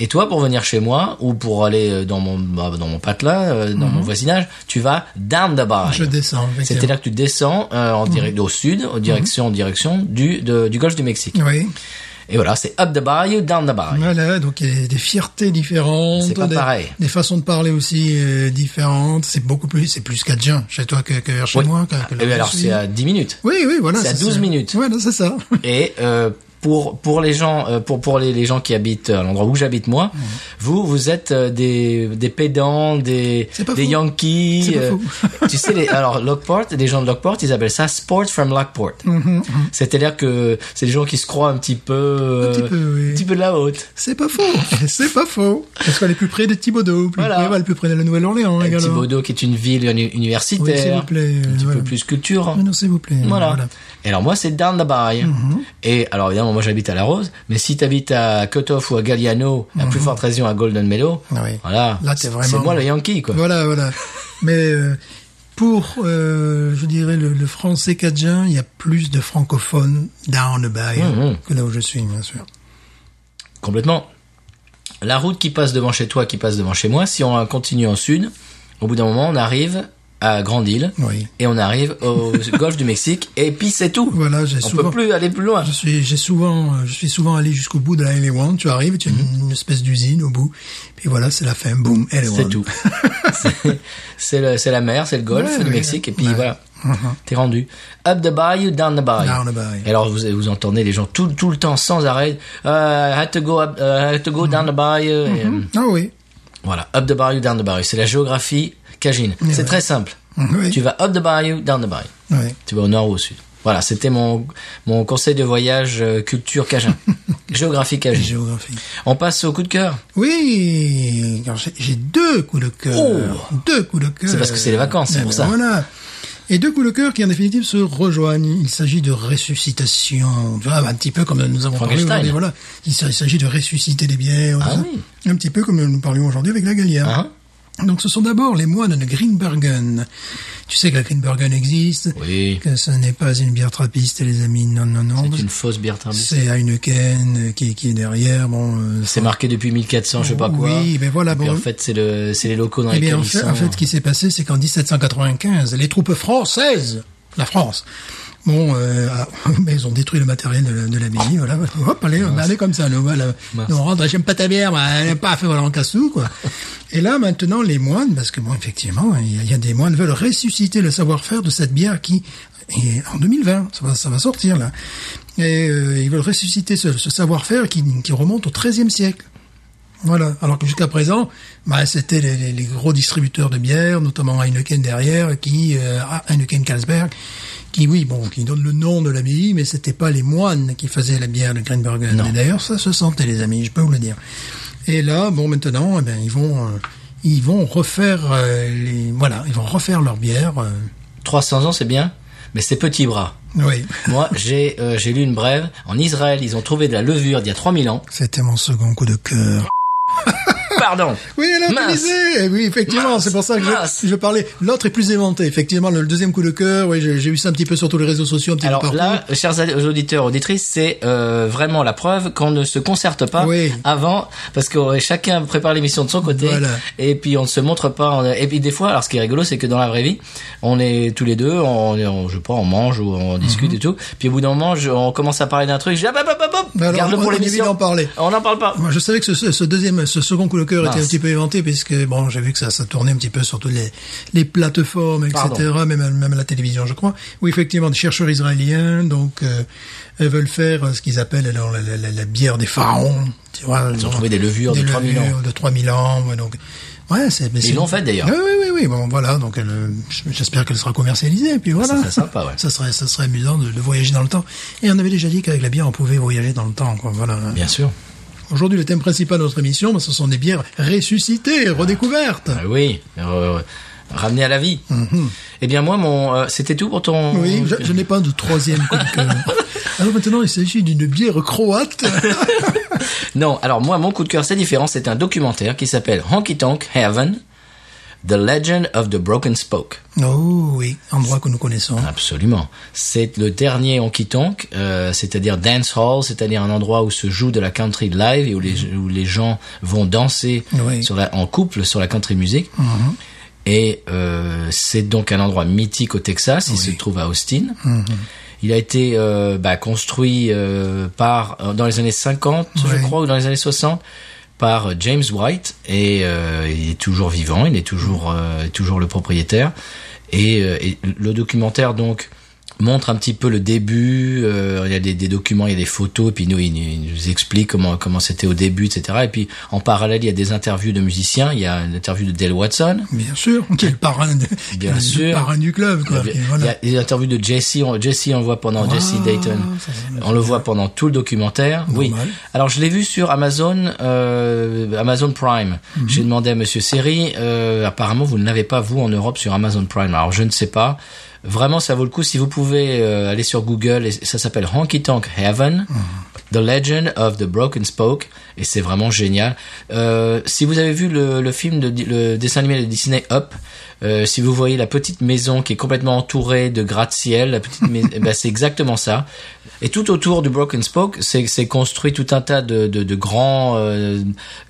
Et toi, pour venir chez moi, ou pour aller euh, dans mon, bah, dans mon patelin, euh, dans mon voisinage, tu vas down the bayou.
Mm-hmm. Je Mm-hmm. descends, effectivement.
C'est-à-dire que tu descends euh, en direct au sud, en direction en direction du de- du golfe du Mexique.
Oui.
Et voilà, c'est up the barrel ou down the barrel.
Voilà, donc il y a des fiertés différentes,
C'est pas
des,
pareil.
des façons de parler aussi euh, différentes. C'est beaucoup plus, c'est plus qu'adjoint chez toi que, que chez
Oui. Ah,
moi. Que, que
Et
là,
alors
je suis.
c'est à 10 minutes.
Oui, oui, voilà.
c'est à 12 minutes.
Voilà, c'est ça.
Et euh, pour pour les gens euh, pour pour les, les gens qui habitent à l'endroit où j'habite moi,
Mhm.
vous vous êtes euh, des des pédants, des
C'est pas
des
faux.
Yankees. euh,
C'est pas faux.
tu sais les, alors Lockport, les gens de Lockport, ils appellent ça sport from Lockport.
Mhm,
C'est-à-dire que c'est des gens qui se croient un petit peu euh,
petit peu, oui.
un petit peu de la haute.
C'est pas faux. c'est pas faux. Parce qu'on est plus près de Thibaudot, plus
Voilà.
près, voilà, plus près de la Nouvelle-Orléans également.
Thibaudot qui est une ville uni-
Oui, s'il vous
universitaire,
plaît.
euh,
euh,
un petit
voilà.
peu plus culture.
Oui, non, s'il vous plaît.
Voilà. Et alors moi c'est down the Bay.
Mmh.
Et alors évidemment moi j'habite à La Rose, mais si t'habites à Cutoff ou à Galliano, à plus forte raison à Golden Meadow,
Ah oui.
voilà,
Mmh. Là, t'es
c'est
vraiment-
moi le Yankee quoi.
Voilà, voilà. Mais euh, pour, euh, je dirais, le, le français cadien, il y a plus de francophones down the bay
Mhm.
que là où je suis, bien sûr.
Complètement. La route qui passe devant chez toi, qui passe devant chez moi, si on continue en sud, au bout d'un moment on arrive à Grande Île
Oui.
et on arrive au golfe du Mexique et puis c'est tout.
Voilà, j'ai
on
souvent.
peut plus aller plus loin.
Je suis, j'ai souvent, euh, je suis souvent allé jusqu'au bout de la L1. Tu arrives, tu as
Hum.
une, une espèce d'usine au bout. Puis voilà, c'est la fin. Boum, L1.
C'est tout. C'est- c'est le- c'est la mer, c'est le golfe
Ouais,
du
ouais.
Mexique, et puis
Ouais. Uh-huh.
voilà. T'es rendu. Up the bayou, down the bayou.
Down the bayou.
Et alors vous, vous entendez les gens tout, tout le temps sans arrêt. Euh, I had to go, up, euh, I had to
Uh-huh.
go down the bayou. Et, euh,
Ah oui.
voilà, up the bayou, down the bayou. C'est la géographie cajine. C'est
ouais.
très simple.
Oui.
Tu vas up the bayou, down the bayou.
Oui.
Tu vas au nord ou au sud. Voilà, c'était mon, mon conseil de voyage euh, culture cajun. géographie cajun.
Géographie.
On passe au coup de cœur.
Oui, car j'ai- j'ai deux coups de cœur.
Oh
deux coups de cœur.
C'est parce que c'est les vacances, c'est
Eh
pour
ben
ça.
Voilà. Et deux coups de cœur qui en définitive se rejoignent. Il s'agit de ressuscitation. Tu vois, un petit peu comme nous avons parlé
Frankenstein.
aujourd'hui. Voilà. Il s- il s'agit de ressusciter des bières.
Ah
tout ça. Un petit peu comme nous parlions aujourd'hui avec la Gallière.
Hein
Donc ce sont d'abord les moines de Greenbergen. Tu sais que la Greenbergen existe.
Oui.
Que ce n'est pas une bière trappiste, les amis. Non, non, non.
C'est une fausse bière Tarbes.
C'est Heineken euh, qui, qui est derrière. Bon, euh,
C'est marqué depuis 1400, je sais pas quoi.
Oui, mais voilà,
Et puis
bon.
en fait, c'est le, c'est les locaux dans
Eh
lesquels
bien, en
ils
fait,
sont.
en fait, ce qui s'est passé, c'est qu'en 1795, les troupes françaises, la France, bon, euh, ah, mais ils ont détruit le matériel de, la- de l'abbaye, voilà, hop, allez, on va aller comme ça, nous, voilà. Nous, on rentre, j'aime pas ta bière, bah, allez, paf, voilà, on casse tout, quoi. Et là, maintenant, les moines, parce que bon, effectivement, il y a- il y, a des moines veulent ressusciter le savoir-faire de cette bière qui, et en 2020, ça va, ça va sortir, là. Et euh, ils veulent ressusciter ce, ce savoir-faire qui, qui remonte au XIIIe siècle. Voilà. Alors que jusqu'à présent, bah, c'était les, les- les gros distributeurs de bière, notamment Heineken derrière, qui euh, ah, Heineken Carlsberg, qui oui, bon, qui donne le nom de l'abbaye, mais c'était pas les moines qui faisaient la bière de Greenbergen. Et d'ailleurs, ça se sentait, les amis, je peux vous le dire. Et là, bon, maintenant, eh ben, ils vont, euh, ils vont refaire euh, les, voilà, ils vont refaire leur bière. euh,
300 ans, c'est bien, mais c'est petit bras.
oui.
Moi, j'ai, euh, j'ai lu une brève. En Israël, ils ont trouvé de la levure d'il y a 3000 ans.
C'était mon second coup de cœur.
Pardon.
Oui, elle a
Mince.
organisé. Eh Oui, effectivement,
Mince.
c'est pour ça que
Mince.
je, je parlais. L'autre est plus éventé, effectivement. Le, le deuxième coup de cœur, oui, j'ai j'ai eu ça un petit peu sur tous les réseaux sociaux, un petit peu
Alors
partout.
là, chers euh, auditeurs, auditrices, c'est euh, vraiment la preuve qu'on ne se concerte pas
Oui.
avant, parce que euh, chacun prépare l'émission de son côté,
Voilà.
et puis on ne se montre pas. en- Et puis des fois, alors ce qui est rigolo, c'est que dans la vraie vie, on est tous les deux, on, est- on- je sais pas, on mange ou
Mhm.
on discute et tout, puis au bout d'un moment, je- on commence à parler d'un truc, je dis, ah, bah, bah, bah, bah,
Alors,
garde-le
on-
pour
on évite
l'émission.
d'en parler.
On n'en parle pas.
Moi, je savais que ce- ce, ce deuxième, ce second coup de cœur était un
Mince.
petit peu éventé, puisque bon, j'ai vu que ça, ça tournait un petit peu sur toutes les, les plateformes, etc.,
Pardon.
même, à- même à la télévision, je crois. Où effectivement, des chercheurs israéliens, donc, euh, elles veulent faire euh, ce qu'ils appellent alors, la, la- la- la bière des pharaons. Tu vois,
Ils ont trouvé des levures
des
de 3000 ans.
levures de 3000 ans, ouais, donc. Ouais, c'est, mais
Ils
c'est-
l'ont fait, d'ailleurs.
Oui, oui, oui, oui, bon, voilà, donc elle, euh, j'espère qu'elle sera commercialisée, et puis voilà.
Ah, serait sympa, ouais.
Ça serait, ça serait amusant de, de voyager dans le temps. Et on avait déjà dit qu'avec la bière, on pouvait voyager dans le temps, quoi, voilà.
Bien sûr.
Aujourd'hui, le thème principal de notre émission, ben, ce sont des bières ressuscitées, redécouvertes.
Ah oui. euh, ramener à la vie. Eh bien moi, mon, euh, c'était tout pour ton.
Mhm. Oui, je, je n'ai pas de troisième coup de cœur. Alors maintenant, il s'agit d'une bière croate.
Non, alors moi, mon coup de cœur, c'est différent. C'est un documentaire qui s'appelle Honky Tonk Heaven, The Legend of the Broken Spoke.
Oh oui, endroit que nous connaissons.
Ah. Absolument. C'est le dernier honky tonk, euh, c'est-à-dire dance hall, c'est-à-dire un endroit où se joue de la country live et où les, où les gens vont danser
Oui.
sur la, en couple sur la country music.
Mhm.
Et euh, c'est donc un endroit mythique au Texas. Il se trouve à Austin. Il a été euh, bah, construit euh, par euh, dans les années 50, je
Ouais.
crois, ou dans les années 60 par euh, James White et euh, il est toujours vivant, il est toujours euh, toujours le propriétaire et, euh, et le documentaire donc montre un petit peu le début. euh, il y a des, des documents, il y a des photos, et puis nous, il, il nous explique comment comment c'était au début, etc. Et puis en parallèle, il y a des interviews de musiciens. Il y a une interview de Dale Watson.
Bien sûr, qui est le parrain, de-
Bien
le
sûr.
parrain du club.
Il y
Quoi.
avait-
Et voilà.
il y a des interviews de Jesse. On, Jesse, on le voit pendant
Ah,
Jesse Dayton.
ça, c'est
On le voit pendant tout le documentaire. Oui.
Normal.
Alors je l'ai vu sur Amazon, euh, Amazon Prime. J'ai demandé à Monsieur Seri. euh, apparemment, vous ne l'avez pas vous en Europe sur Amazon Prime. Alors je ne sais pas. Vraiment, ça vaut le coup si vous pouvez euh, aller sur Google. Et ça s'appelle Honky Tonk Heaven, The Legend of the Broken Spoke, et c'est vraiment génial. Euh, si vous avez vu le, le film de le dessin animé de Disney Up, euh, si vous voyez la petite maison qui est complètement entourée de gratte-ciel, la petite mais- eh ben, c'est exactement ça. Et tout autour du Broken Spoke, c'est c'est construit tout un tas de, de, de grands euh,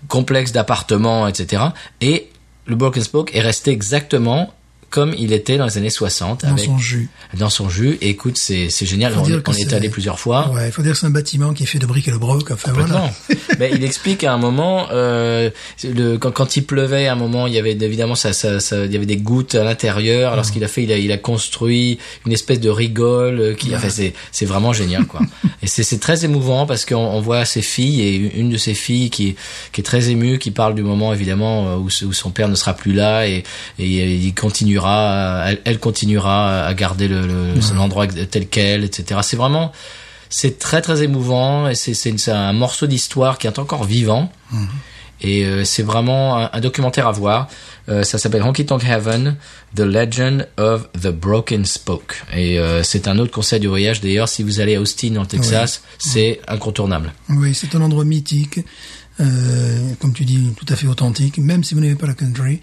complexes d'appartements, etc. Et le Broken Spoke est resté exactement comme il était dans les années 60,
Dans
avec,
son jus.
dans son jus. Et écoute, c'est c'est génial.
Faut
On,
dire que
on est
c'est-
allé plusieurs fois.
Ouais, il faut dire que c'est un bâtiment qui est fait de briques et de broc. Enfin, voilà.
Ah. Complètement. Mais Ah, Ben, il explique à un moment, euh, le, quand, quand il pleuvait, à un moment, il y avait évidemment ça, ça, ça- il y avait des gouttes à l'intérieur. Alors ce qu'il a fait, il a, il a construit une espèce de rigole euh, qui, enfin, c'est, c'est vraiment génial, quoi. et c'est, c'est très émouvant parce qu'on on voit ses filles et une- une de ses filles qui, qui est très émue, qui parle du moment évidemment euh, où, s- où son père ne sera plus là et, et il continuera, à- elle, elle continuera à garder le, le, l'endroit tel quel, etc. C'est vraiment c'est très très émouvant et c'est c'est une- c'est un morceau d'histoire qui est encore vivant. Et euh, c'est vraiment un, un documentaire à voir. Euh, ça s'appelle Honky Tonk Heaven, The Legend of the Broken Spoke. Et euh, c'est un autre conseil du voyage. D'ailleurs, si vous allez à Austin, dans le Texas, c'est incontournable.
Oui, c'est un endroit mythique, euh, comme tu dis, tout à fait authentique. Même si vous n'aimez pas la country,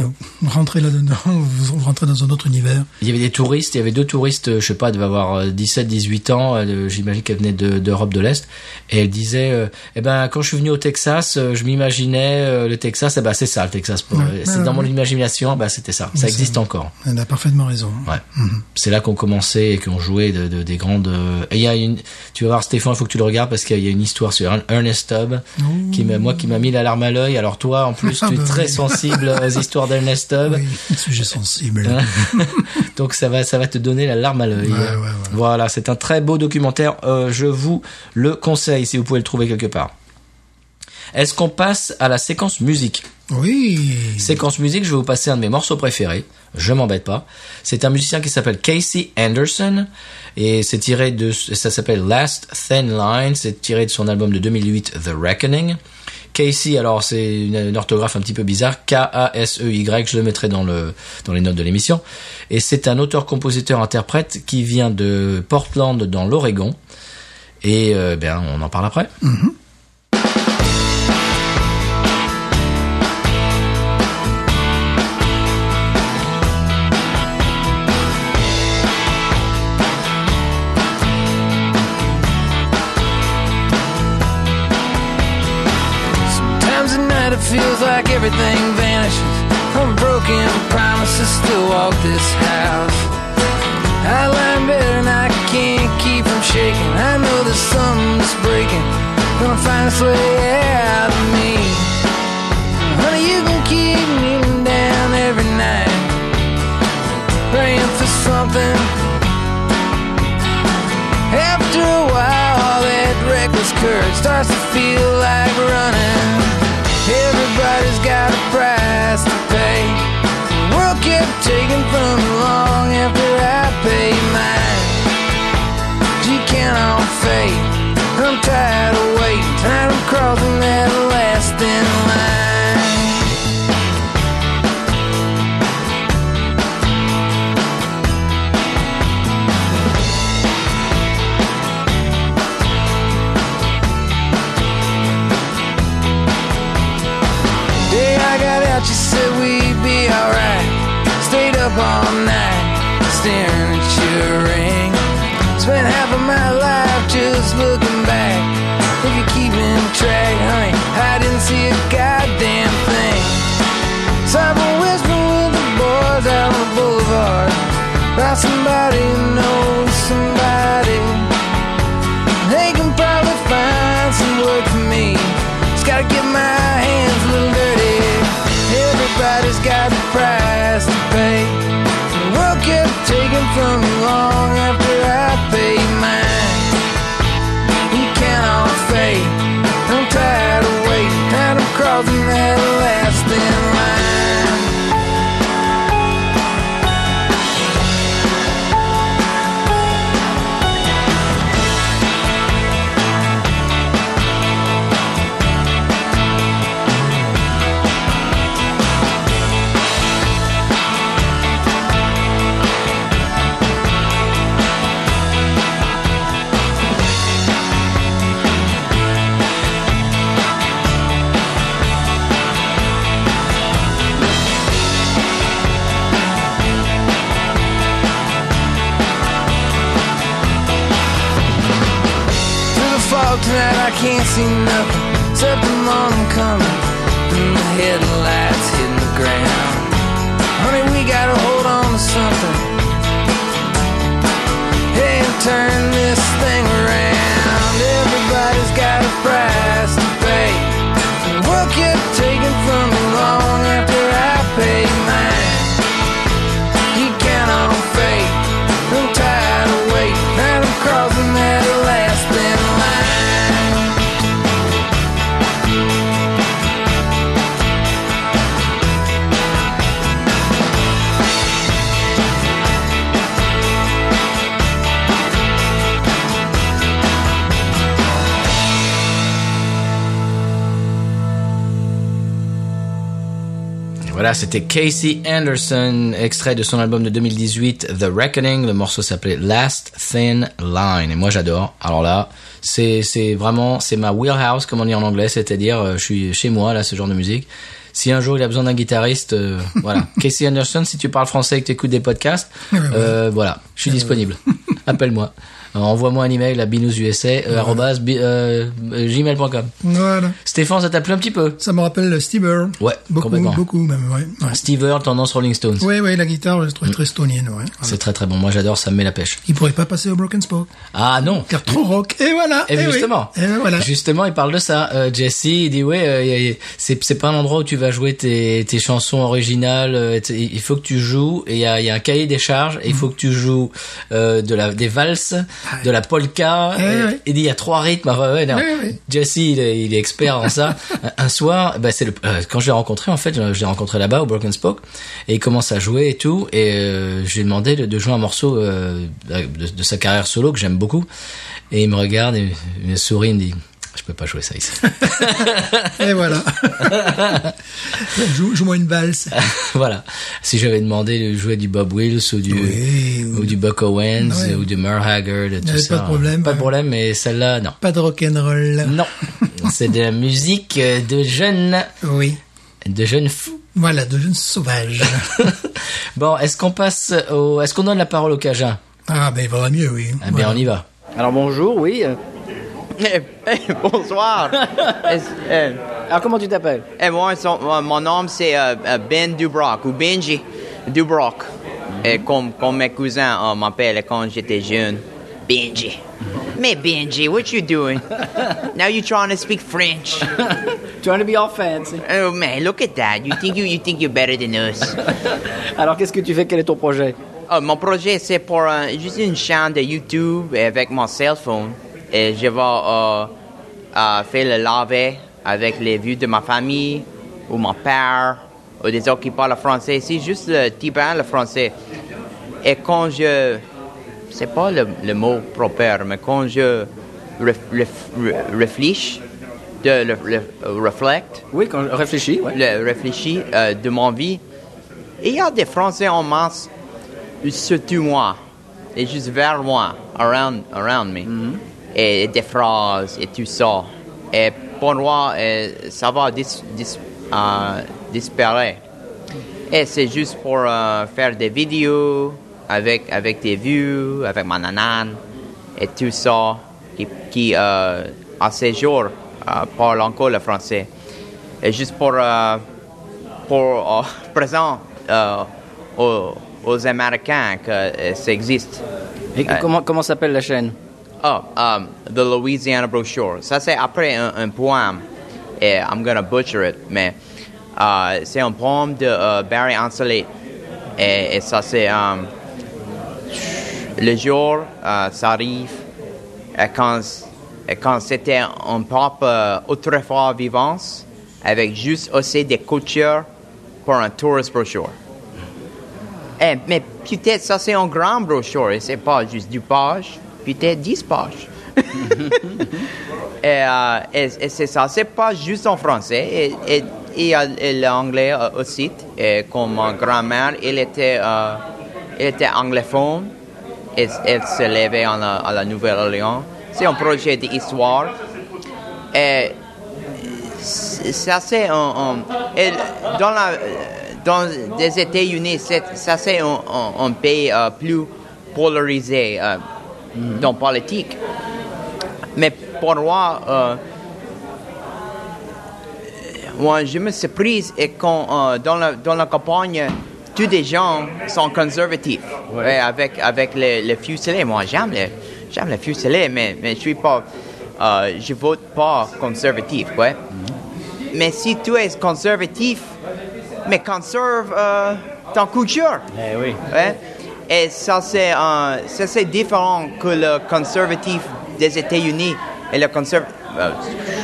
euh, vous rentrez là-dedans, vous rentrez dans un autre univers.
Il y avait des touristes, il y avait deux touristes, euh, je sais pas, devaient avoir euh, 17, 18 ans, euh, j'imagine qu'elles venaient de- d'Europe de, l'Est, et elles disaient, euh, eh ben, quand je suis venu au Texas, euh, je m'imaginais euh, le Texas, eh ben, c'est ça, le Texas, pour-
Ouais.
euh, c'est
Ouais,
dans mon
ouais.
imagination, bah c'était ça, ça
c'est-
existe encore.
Elle a parfaitement raison.
Ouais.
Mhm.
C'est là qu'on commençait et qu'on jouait de, de- des grandes. euh, Et il y a une. Tu vas voir Stéphane, il faut que tu le regardes parce qu'il y a une histoire sur Ern- Ernest Tubb qui m'a, moi qui m'a mis la larme à l'œil. Alors toi, en plus,
Ah
tu es
bah
très
oui.
sensible aux histoires d'Ernest Tubb.
Oui, sujet sensible.
Hein Donc ça va, ça va te donner la larme à l'œil.
Ouais, ouais, ouais.
Voilà, c'est un très beau documentaire. Euh, je vous le conseille si vous pouvez le trouver quelque part. Est-ce qu'on passe à la séquence musique
Oui.
Séquence musique, je vais vous passer un de mes morceaux préférés. Je m'embête pas. C'est un musicien qui s'appelle Casey Anderson et c'est tiré de, ça s'appelle Last Thin Line. C'est tiré de son album de 2008 The Reckoning. Casey, alors c'est une, une orthographe un petit peu bizarre, K-A-S-E-Y, E je le mettrai dans, le, dans les notes de l'émission. Et c'est un auteur-compositeur-interprète qui vient de Portland dans l'Oregon. Et euh, ben, on en parle après.
Sometimes at night it feels like everything vanishes. Unbroken promises still walk this house. I lie in bed and I can't keep from shaking. I know that something's breaking. Gonna find its way out of me. Honey, you can keep kneeling down every night. Praying for something. After a while, all that reckless courage starts to feel like running. Everybody's got a price to pay. The world kept taking from me long after I paid mine. But you count on fate. I'm tired of waiting, tired of crossing that last in line. Day I got out, you said we'd be alright. Stayed up all night, staring at your ring. Spent half of my life just looking back. If you're keeping track, honey, I didn't see a goddamn thing. So I've been whispering with the boys out on the boulevard. About somebody who knows somebody from you long after I pay mine. You cannot fade. I'm tired of waiting, tired of crossing that last thin line. To the fog tonight, I can't see nothing except the morning coming and the headlights hitting the ground. Honey, we gotta hold on to something and turn this thing around. Everybody's got a price to pay. The world kept taking from me long after I paid mine. You cannot fake. I'm tired of waiting, and I'm crossing that last thin line.
Voilà, c'était Casey Anderson, extrait de son album de 2018, The Reckoning. Le morceau s'appelait Last Thin Line. Et moi, j'adore. Alors là, c'est, c'est vraiment, c'est ma wheelhouse, comme on dit en anglais. C'est-à-dire, euh, je suis chez moi, là, ce genre de musique. Si un jour il a besoin d'un guitariste, euh, voilà. Casey Anderson, si tu parles français et que tu écoutes des podcasts, euh, voilà, je suis disponible. Appelle-moi. Euh, Envoie-moi un email à euh, binoususa.gmail.com.
Voilà.
Stéphane, ça t'a plu un petit peu
Ça me rappelle le Steber.
Ouais,
beaucoup,
complètement.
beaucoup même. Ouais. Ouais.
Steve Earle, tendance Rolling Stones.
Ouais, ouais, la guitare, je la trouvais très stonienne. Ouais.
C'est très très bon. Moi j'adore, ça me met la pêche.
Il pourrait pas passer au Broken Spoke,
Ah non.
car trop rock. Et voilà.
Et
Eh oui.
justement,
Et voilà.
justement, il parle de ça. Euh, Jesse, il dit ouais, euh, y a- y- c'est c'est pas un endroit où tu vas jouer tes, tes chansons originales. euh, et il faut que tu joues. Et il y a, il y a un cahier des charges. Et il faut que tu joues euh, de la des valses, de la polka. euh,
Eh
et-
ouais.
Il dit il y a trois rythmes. Ah, ouais, ouais, non.
Ouais, ouais.
Jesse, il est, il est expert en ça. un soir, bah, c'est le, euh, quand je l'ai rencontré, en fait, je l'ai rencontré là-bas au Broken Spoke, et il commence à jouer et tout, et euh, je lui ai demandé de, de jouer un morceau euh, de, de sa carrière solo que j'aime beaucoup, et il me regarde, et il me sourit, il me dit, je peux pas jouer ça ici.
Et eh voilà. Joue- Joue-moi une valse.
voilà. Si j'avais demandé de jouer du Bob Wills ou du...
Oui,
Ou du Buck Owens,
Ouais.
ou du Merle Haggard, et tout
avait
ça.
pas de problème,
Pas de
ouais.
problème, mais celle-là, non.
Pas de rock'n'roll.
Non. C'est de la musique euh, de jeunes,
Oui.
de jeunes fous.
Voilà, de jeunes sauvages.
Bon, est-ce qu'on passe au, est-ce qu'on donne la parole au Cajun
ah, ben, il vaudra mieux, oui.
Eh bien,
Voilà.
on y va.
Alors bonjour, oui. euh. Eh, eh, bonsoir. Est-ce- eh,
Alors, comment tu t'appelles
eh, moi, son- moi, mon nom c'est euh, euh, Ben Dubrock ou Benji Dubrock. Et comme, comme mes cousins euh, m'appellent quand j'étais jeune, Benji. Mais Benji, what you doing? Now you trying to speak French?
Trying to be all fancy.
Oh man, look at that. You think you you think you're better than us.
Alors, qu'est-ce que tu fais Quel est ton projet
Oh, mon projet, c'est pour euh, juste une chaîne de YouTube avec mon cell phone. Et je vais euh, euh, faire le laver avec les vues de ma famille ou mon père ou des autres qui parlent français. C'est juste le Tibet, le français. Et quand je... C'est pas le, le mot propre, mais quand je ref- ref- re- réfléchis, de le, le- reflect,
Oui, quand je réfléchis, ouais.
le réfléchis euh, de mon vie. Et il y a des Français en masse, surtout moi, et juste vers moi, around, around me. et, des phrases et tout ça. Et pour moi, euh, ça va dis, dis- euh, disparaître. Et c'est juste pour euh, faire des vidéos avec, avec des vues, avec ma nanane et tout ça, qui, qui, euh, à ces jours, euh, parle encore le français. Et juste pour, euh, pour euh, présent euh, aux, aux Américains que euh, ça existe.
Et comment comment s'appelle la chaîne
Oh, um, the Louisiana brochure. Ça, c'est après un, un poème. Et I'm gonna butcher it, mais euh, c'est un poème de euh, Barry Ancelette. Et, et ça, c'est. um, Le jour, euh, ça arrive euh, quand, euh, quand c'était un pop euh, autrefois vivance avec juste aussi des coutures pour un tourist brochure. Eh, mais peut-être ça c'est un grand brochure et c'est pas juste du page, peut-être 10 pages. et euh, et- et c'est ça, c'est pas juste en français. Et, et, et, euh, et l'anglais euh, aussi, et comme ma grand-mère, elle était, euh, elle était anglophone. Elle, elle s'est levée en, euh, à la Nouvelle-Orléans. C'est un projet d'histoire. Et c'est ça, c'est un, un- et dans la dans les États-Unis, c'est- ça c'est un, un- un pays euh, plus polarisé euh, dans politique. Mais pour moi, euh, moi, je me suis surprise et quand euh, dans, la, dans la campagne, tous les gens sont conservatifs. Ouais, avec avec les, les fusiliers. Moi, j'aime les, j'aime les fusiliers, mais, mais je suis pas. euh, je vote pas conservatif. Ouais. Mais si tu es conservatif, mais conserve euh, ton culture.
Eh oui.
Ouais. Et ça, c'est euh, ça, c'est différent que le conservatif des États-Unis et le conservatif.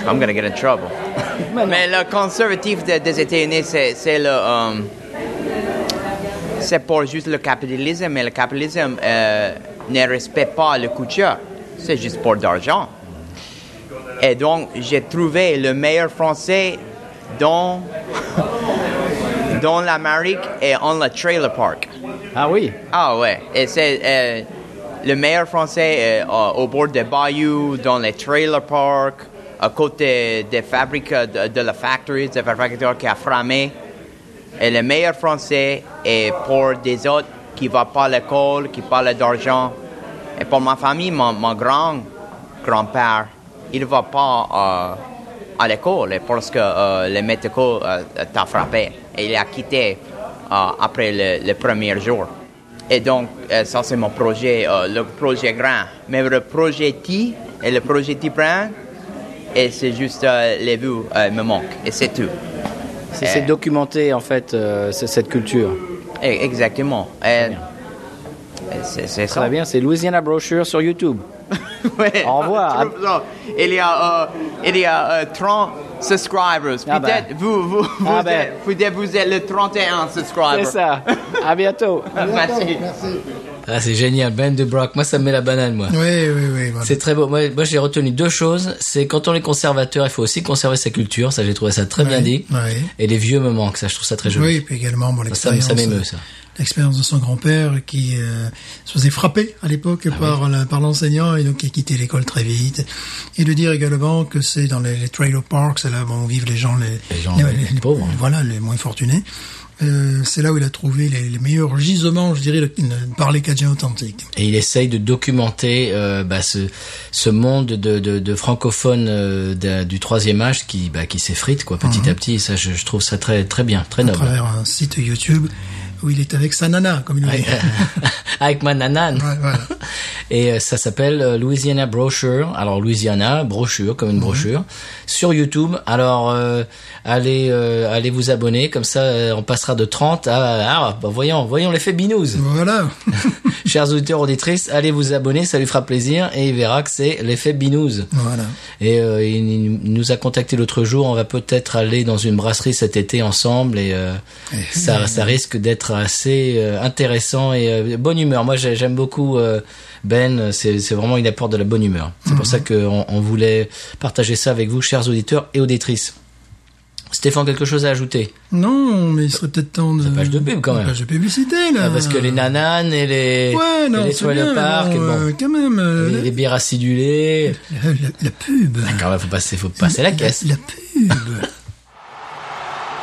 I'm gonna get in trouble. Mais le conservatif de- des États-Unis, c'est c'est le. euh, c'est pour juste le capitalisme, mais le capitalisme euh, ne respecte pas le culture. C'est juste pour d'argent. Et donc, j'ai trouvé le meilleur français dans, dans l'Amérique et en le trailer park.
Ah oui.
Ah ouais, et c'est euh, le meilleur français euh, euh, au bord des bayous, dans les trailer parks, à côté des fabriques euh, de, de la factory, des fabricateurs qui a framé. Et le meilleur français est pour des autres qui ne vont pas à l'école, qui parlent d'argent. Et pour ma famille, mon, mon grand grand-père, il ne va pas euh, à l'école parce que euh, le médico euh, t'a frappé. Et il a quitté euh, après le, le premier jour. Et donc, euh, ça, c'est mon projet, euh, le projet grand. Mais le projet petit et le projet petit grand, et c'est juste euh, les vues euh, me manquent. Et c'est tout.
C'est c'est documenter en fait euh, c'est- cette culture.
Eh, Exactement. Eh, eh, C'est c'est ça.
Très bien, c'est Louisiana Brochure sur YouTube.
Ouais.
Au revoir.
Je trouve ça. Il y a, euh, il y a euh, 30 subscribers.
Ah ben.
Peut-être vous, vous, vous,
Ah ben.
êtes, vous, êtes, vous êtes le 31 subscriber.
C'est ça. À bientôt.
Merci.
Ah, c'est génial, Ben de Brock. Moi, ça me met la banane, moi.
Oui, oui, oui. voilà.
C'est très beau. Moi, moi, j'ai retenu deux choses. C'est quand on est conservateur, il faut aussi conserver sa culture. Ça, j'ai trouvé ça très bien
Ouais,
dit.
ouais.
Et les vieux me manquent. Ça, je trouve ça très joli.
Oui, et puis également
Ça
bon,
me-
l'expérience.
ça m'émeut, ça.
L'expérience de son grand-père qui euh, se faisait frapper à
Ah,
l'époque par la- par l'enseignant et donc qui a quitté l'école très vite. Et de dire également que c'est dans les, les trailer parks, c'est là où vivent les gens les,
Les gens, les pauvres. hein.
voilà, les moins fortunés. Euh, c'est là où il a trouvé les, les meilleurs gisements, je dirais, de, de parler cadien authentique.
Et il essaye de documenter euh, bah, ce, ce monde de, de, de francophones euh, d'un- du troisième âge qui, bah, qui s'effrite quoi petit à petit. Et ça, je, je trouve ça très très bien, très
à
noble.
travers un site YouTube où il est avec sa nana, comme il le dit.
Avec ma nanane.
Ouais, voilà.
Et euh, ça s'appelle euh, Louisiana Brochure. Alors Louisiana brochure comme une brochure sur YouTube. Alors euh, allez euh, allez vous abonner comme ça euh, on passera de 30 à ah bah, voyons voyons l'effet binouze.
Voilà.
Chers auditeurs auditrices, allez vous abonner, ça lui fera plaisir et il verra que c'est l'effet binouze.
voilà.
Et euh, il, il nous a contacté l'autre jour. On va peut-être aller dans une brasserie cet été ensemble et euh,
Eh
ça, ça risque d'être assez euh, intéressant et euh, bonne humeur. Moi, j'ai- j'aime beaucoup euh, Ben. C'est c'est vraiment il apporte de la bonne humeur. C'est
Mhm.
pour ça qu'on on voulait partager ça avec vous, chers auditeurs et auditrices. Stéphane, quelque chose à ajouter
Non, mais il serait peut-être temps de.
page de pub, quand même.
Une Page de publicité là.
Ah, Parce que les nananes et les
Euh. Ouais, non,
et les
c'est
toiles
bien,
parc,
mais bon, euh,
bon,
quand même. euh,
les, les bières acidulées.
la, la- la pub.
Quand même, Ah faut passer, faut passer la caisse.
Ah, bah, La pub.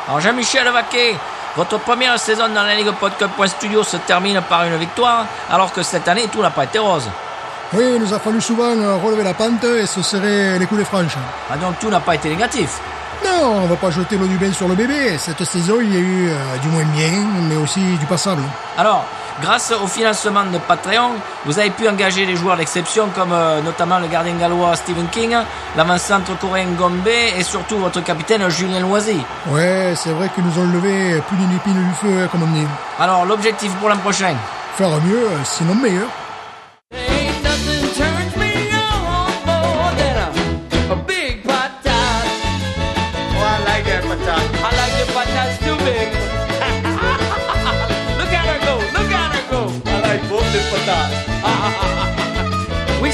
Alors Jean-Michel Vaquet, votre première saison dans la Ligue Podcup.studio se termine par une victoire, alors que cette année, tout n'a pas été rose.
oui, il nous a fallu souvent euh, relever la pente et se serrer les coulées franches.
Ah donc tout n'a pas été négatif.
Non, on va pas jeter l'eau du bain sur le bébé. Cette saison, il y a eu euh, du moins bien, mais aussi du passable.
Alors, grâce au financement de Patreon, vous avez pu engager des joueurs d'exception comme euh, notamment le gardien gallois Stephen King, l'avant-centre coréen Gombe et surtout votre capitaine Julien Loisy.
Ouais, c'est vrai qu'ils nous ont levé plus d'une épine du feu, hein, comme on dit.
Alors l'objectif pour l'an prochain
Faire mieux, euh, sinon meilleur.
We